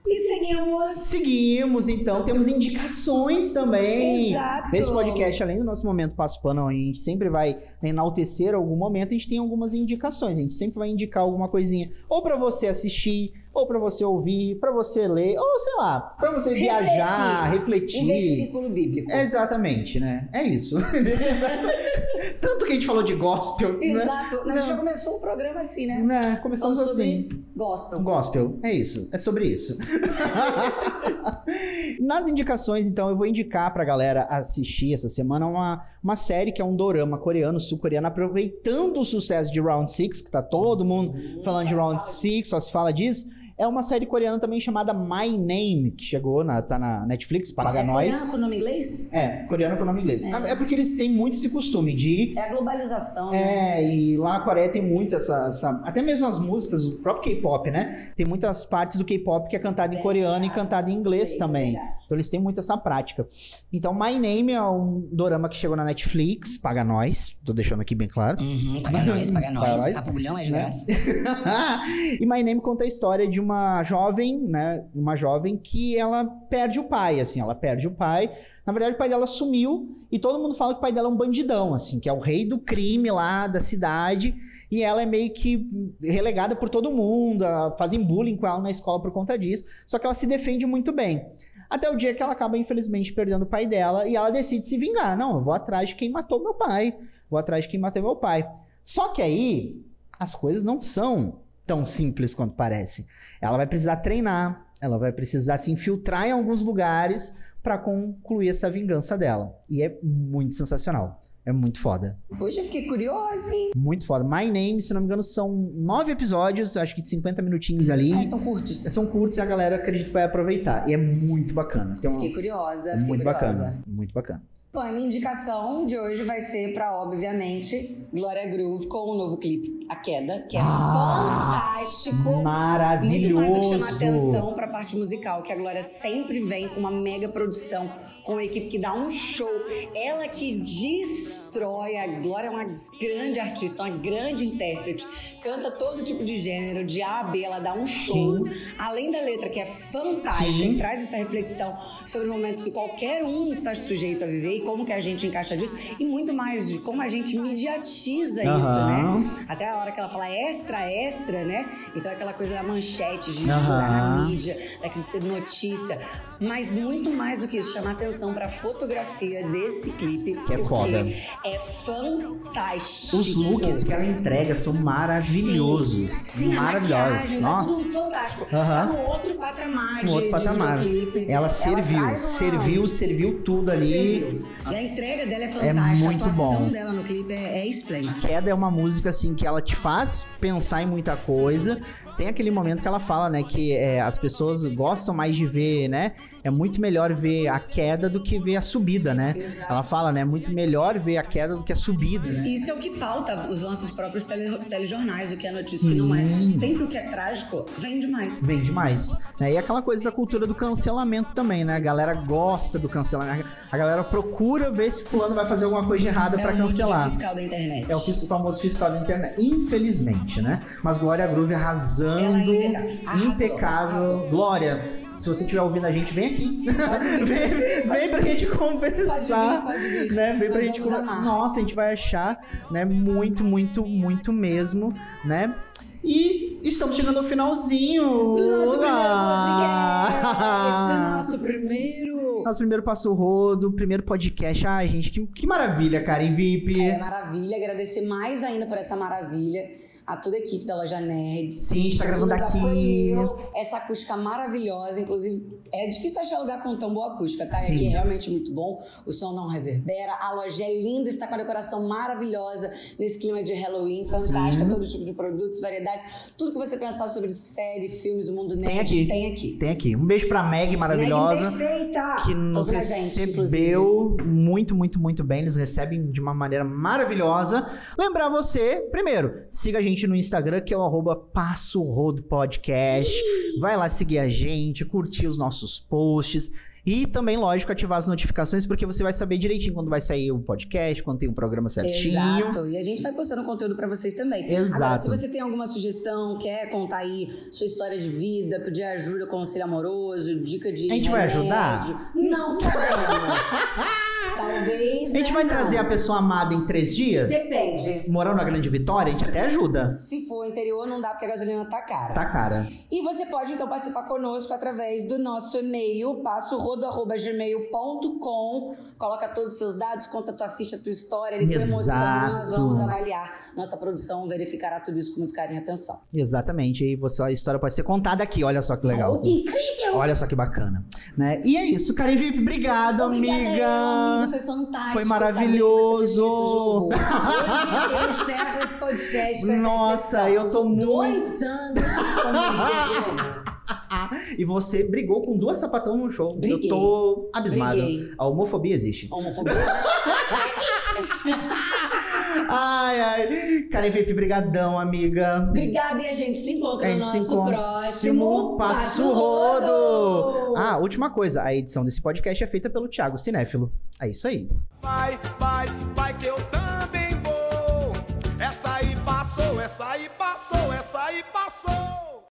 [SPEAKER 2] E seguimos.
[SPEAKER 3] Seguimos, então, temos indicações também.
[SPEAKER 2] Exato.
[SPEAKER 3] Nesse podcast, além do nosso momento Passo Pano, a gente sempre vai enaltecer algum momento, a gente tem algumas indicações, a gente sempre vai indicar alguma coisinha, ou pra você assistir, ou pra você ouvir, pra você ler, ou sei lá, pra você viajar, refletir.
[SPEAKER 2] Um versículo bíblico.
[SPEAKER 3] É Exatamente, né?
[SPEAKER 2] [LAUGHS]
[SPEAKER 3] É isso. Tanto que a gente falou de gospel, né?
[SPEAKER 2] Exato. Mas já começou o programa assim, né?
[SPEAKER 3] né? Começamos
[SPEAKER 2] Falando sobre
[SPEAKER 3] assim.
[SPEAKER 2] Gospel.
[SPEAKER 3] Gospel, é isso, é sobre isso. [LAUGHS] Nas indicações, então, eu vou indicar pra galera assistir essa semana uma, uma série que é um dorama coreano, sul-coreano, aproveitando o sucesso de Round Six, que tá todo mundo falando de Round Six, só se fala disso. É uma série coreana também chamada My Name, que chegou, na, tá na Netflix, paga
[SPEAKER 2] é
[SPEAKER 3] nós.
[SPEAKER 2] coreano com nome inglês?
[SPEAKER 3] É, coreano com nome inglês. É. porque eles têm muito esse costume de.
[SPEAKER 2] É a globalização, né?
[SPEAKER 3] É, e lá na Coreia tem muito essa. essa- até mesmo as músicas, o próprio K-pop, né? Tem muitas partes do K-pop que é cantada em coreano e cantada em
[SPEAKER 2] É,
[SPEAKER 3] inglês também. Então eles têm muito essa prática. Então, My Name é um dorama que chegou na Netflix, paga nós, tô deixando aqui bem claro.
[SPEAKER 10] Uhum, paga nós, paga
[SPEAKER 3] Paga
[SPEAKER 10] nós.
[SPEAKER 3] nós.
[SPEAKER 10] A pulhão é de
[SPEAKER 3] Né?
[SPEAKER 10] graça.
[SPEAKER 3] e My Name conta a história de uma jovem, né? Uma jovem que ela perde o pai, assim, ela perde o pai. Na verdade, o pai dela sumiu e todo mundo fala que o pai dela é um bandidão, assim, que é o rei do crime lá da cidade. E ela é meio que relegada por todo mundo, ah, fazem bullying com ela na escola por conta disso. Só que ela se defende muito bem. Até o dia que ela acaba, infelizmente, perdendo o pai dela e ela decide se vingar. Não, eu vou atrás de quem matou meu pai. Vou atrás de quem matou meu pai. Só que aí, as coisas não são tão simples quanto parece. Ela vai precisar treinar, ela vai precisar se infiltrar em alguns lugares pra concluir essa vingança dela. E é muito sensacional. É muito foda.
[SPEAKER 2] Poxa, eu fiquei curiosa, hein?
[SPEAKER 3] Muito foda. My Name, se não me engano, são nove episódios, acho que de 50 minutinhos ali.
[SPEAKER 2] Ah, são curtos.
[SPEAKER 3] São curtos e a galera acredito que vai aproveitar. E é muito bacana. É uma-
[SPEAKER 2] Fiquei curiosa, fiquei
[SPEAKER 3] muito
[SPEAKER 2] curiosa.
[SPEAKER 3] bacana. Muito bacana.
[SPEAKER 2] Bom, a minha indicação de hoje vai ser pra, obviamente, Glória Groove com o novo clipe A Queda, que é fantástico. Muito mais do que
[SPEAKER 3] Maravilhoso.
[SPEAKER 2] chamar atenção pra parte musical, que a Glória sempre vem com uma mega produção, com uma equipe que dá um show. Ela que destrói. A Glória é uma grande artista, uma grande intérprete. Canta todo tipo de gênero, de A a B, ela dá um show. Além da letra, que é fantástica,
[SPEAKER 3] Sim.
[SPEAKER 2] que traz essa reflexão sobre momentos que qualquer um está sujeito a viver e como que a gente encaixa disso. E muito mais de como a gente mediatiza isso,
[SPEAKER 3] Aham.
[SPEAKER 2] né? Até a hora que ela fala extra, extra, né? Então é aquela coisa da manchete, de
[SPEAKER 3] Aham.
[SPEAKER 2] jogar na mídia, daquilo ser notícia. Mas muito mais do que isso, chamar atenção pra fotografia desse clipe.
[SPEAKER 3] Que é
[SPEAKER 2] porque
[SPEAKER 3] foda.
[SPEAKER 2] é fantástico.
[SPEAKER 3] Os looks que ela entrega são maravilhosos.
[SPEAKER 2] Sim, a
[SPEAKER 3] maravilhosos.
[SPEAKER 2] maquiagem, tá
[SPEAKER 3] Nossa.
[SPEAKER 2] tudo fantástico. Tá
[SPEAKER 3] Aham.
[SPEAKER 2] num outro patamar
[SPEAKER 3] Um
[SPEAKER 2] de,
[SPEAKER 3] outro
[SPEAKER 2] de
[SPEAKER 3] patamar.
[SPEAKER 2] videoclipe.
[SPEAKER 3] Ela serviu,
[SPEAKER 2] traz uma-
[SPEAKER 3] serviu, serviu tudo ali.
[SPEAKER 2] Serviu. E a entrega dela é fantástica,
[SPEAKER 3] muito
[SPEAKER 2] a atuação
[SPEAKER 3] bom.
[SPEAKER 2] dela no clipe é, é esplêndida.
[SPEAKER 3] Queda é uma música assim que ela te faz pensar em muita coisa. Tem aquele momento que ela fala, né, que é, as pessoas gostam mais de ver, né? É muito melhor ver a queda do que ver a subida, né? Ela fala, né, é muito melhor ver a queda do que a subida, né?
[SPEAKER 2] Isso é o que pauta os nossos próprios tele- telejornais, o que é notícia, o que não é.
[SPEAKER 3] Sim.
[SPEAKER 2] Sempre o que é trágico vem demais.
[SPEAKER 3] Vem demais. Né? E aquela coisa da cultura do cancelamento também, né? A galera gosta do cancelamento. A galera procura ver se fulano vai fazer alguma coisa de errada pra
[SPEAKER 2] o
[SPEAKER 3] cancelar.
[SPEAKER 2] um fiscal da internet.
[SPEAKER 3] É o fis- famoso fiscal da internet. Infelizmente, né? Mas Glória Groove arrasando
[SPEAKER 2] Ela é
[SPEAKER 3] arrasando.
[SPEAKER 2] impecável. Arrasou,
[SPEAKER 3] impecável.
[SPEAKER 2] arrasou.
[SPEAKER 3] Glória, se você estiver ouvindo a gente, vem aqui.
[SPEAKER 2] [LAUGHS]
[SPEAKER 3] [LAUGHS] vem, vem pra gente conversar.
[SPEAKER 2] Pode vir, pode vir.
[SPEAKER 3] Né? Vem pra
[SPEAKER 2] Nós
[SPEAKER 3] gente
[SPEAKER 2] vamos
[SPEAKER 3] conversar.
[SPEAKER 2] amar.
[SPEAKER 3] Nossa, a gente vai achar, né? Muito, muito, muito mesmo, né? E estamos chegando ao finalzinho.
[SPEAKER 7] Do nosso primeiro podcast.
[SPEAKER 3] [LAUGHS] Olá!
[SPEAKER 7] Nosso
[SPEAKER 3] [LAUGHS]
[SPEAKER 7] primeiro.
[SPEAKER 3] Nosso primeiro passo rodo, primeiro podcast. Ai, gente, que, que maravilha, cara, em VIP.
[SPEAKER 2] É maravilha, agradecer mais ainda por essa maravilha a toda a equipe da Loja Nerd.
[SPEAKER 3] Sim, a gente tá
[SPEAKER 2] que
[SPEAKER 3] gravando
[SPEAKER 2] nos
[SPEAKER 3] aqui.
[SPEAKER 2] acolheu, Essa acústica maravilhosa, inclusive é difícil achar lugar com tão boa acústica, tá?
[SPEAKER 3] Sim.
[SPEAKER 2] E aqui é realmente muito bom, o som não reverbera, a loja é linda, está com a decoração maravilhosa nesse clima de Halloween, fantástica, todo tipo de produtos, variedades, tudo que você pensar sobre série, filmes, o mundo nerd,
[SPEAKER 3] Tem aqui.
[SPEAKER 2] tem aqui.
[SPEAKER 3] Tem aqui. Um beijo pra Meg maravilhosa.
[SPEAKER 7] Meg perfeita.
[SPEAKER 3] que nos
[SPEAKER 2] Todos presentes,
[SPEAKER 3] recebeu muito, muito, muito bem. Eles recebem de uma maneira maravilhosa. Lembrar você, primeiro, siga a gente no Instagram, que é o arroba Passo Rodo Podcast. Vai lá seguir a gente, curtir os nossos posts. E também, lógico, ativar as notificações, porque você vai saber direitinho quando vai sair o podcast, quando tem o programa certinho.
[SPEAKER 2] Exato. E a gente vai postando conteúdo pra vocês também. Agora,
[SPEAKER 3] Exato.
[SPEAKER 2] se você tem alguma sugestão, quer contar aí sua história de vida, pedir ajuda, conselho amoroso, dica de
[SPEAKER 3] A gente vai
[SPEAKER 2] remédio,
[SPEAKER 3] ajudar?
[SPEAKER 2] Não
[SPEAKER 3] [LAUGHS]
[SPEAKER 2] sabemos. Talvez.
[SPEAKER 3] A gente
[SPEAKER 2] né,
[SPEAKER 3] vai
[SPEAKER 2] não.
[SPEAKER 3] trazer a pessoa amada em três dias?
[SPEAKER 2] Depende.
[SPEAKER 3] Morando na Grande Vitória, a gente até ajuda.
[SPEAKER 2] Se for interior, não dá porque a gasolina tá cara.
[SPEAKER 3] Tá, cara?
[SPEAKER 2] E você pode então participar conosco através do nosso e-mail, passorodo.gmail.com. Coloca todos os seus dados, conta tua ficha, tua história, ali, tua emoção.
[SPEAKER 3] Exato.
[SPEAKER 2] Nós vamos avaliar. Nossa produção verificará tudo isso com muito carinho e atenção.
[SPEAKER 3] Exatamente. E você, a história pode ser contada aqui. Olha só que legal.
[SPEAKER 2] Oh, que incrível!
[SPEAKER 3] Olha só que bacana, né? E é isso, cara. Evip,
[SPEAKER 2] Obrigada,
[SPEAKER 3] obrigado,
[SPEAKER 2] eu,
[SPEAKER 3] amiga.
[SPEAKER 2] amigo, foi fantástico.
[SPEAKER 3] Foi
[SPEAKER 2] saber que
[SPEAKER 3] maravilhoso.
[SPEAKER 2] você fez isso de novo. Hoje eu encerro esse podcast com essa
[SPEAKER 3] Nossa,
[SPEAKER 2] reflexão.
[SPEAKER 3] eu tô muito.
[SPEAKER 2] Dois anos comigo de novo.
[SPEAKER 3] E você brigou com duas sapatão no show. Eu
[SPEAKER 2] Briguei.
[SPEAKER 3] tô abismado.
[SPEAKER 2] Briguei.
[SPEAKER 3] A homofobia existe.
[SPEAKER 2] Homofobia.
[SPEAKER 3] Ai, ai. Cara, Evip, brigadão, amiga.
[SPEAKER 2] Obrigada e a gente se encontra
[SPEAKER 3] A gente
[SPEAKER 2] no
[SPEAKER 3] se
[SPEAKER 2] nosso
[SPEAKER 3] encontra.
[SPEAKER 2] próximo
[SPEAKER 3] Passo Rodo. Ah, última coisa. A edição desse podcast é feita pelo Thiago Cinéfilo. É isso aí.
[SPEAKER 4] Vai, vai, vai que eu também vou. Essa aí passou, essa aí passou, essa aí passou.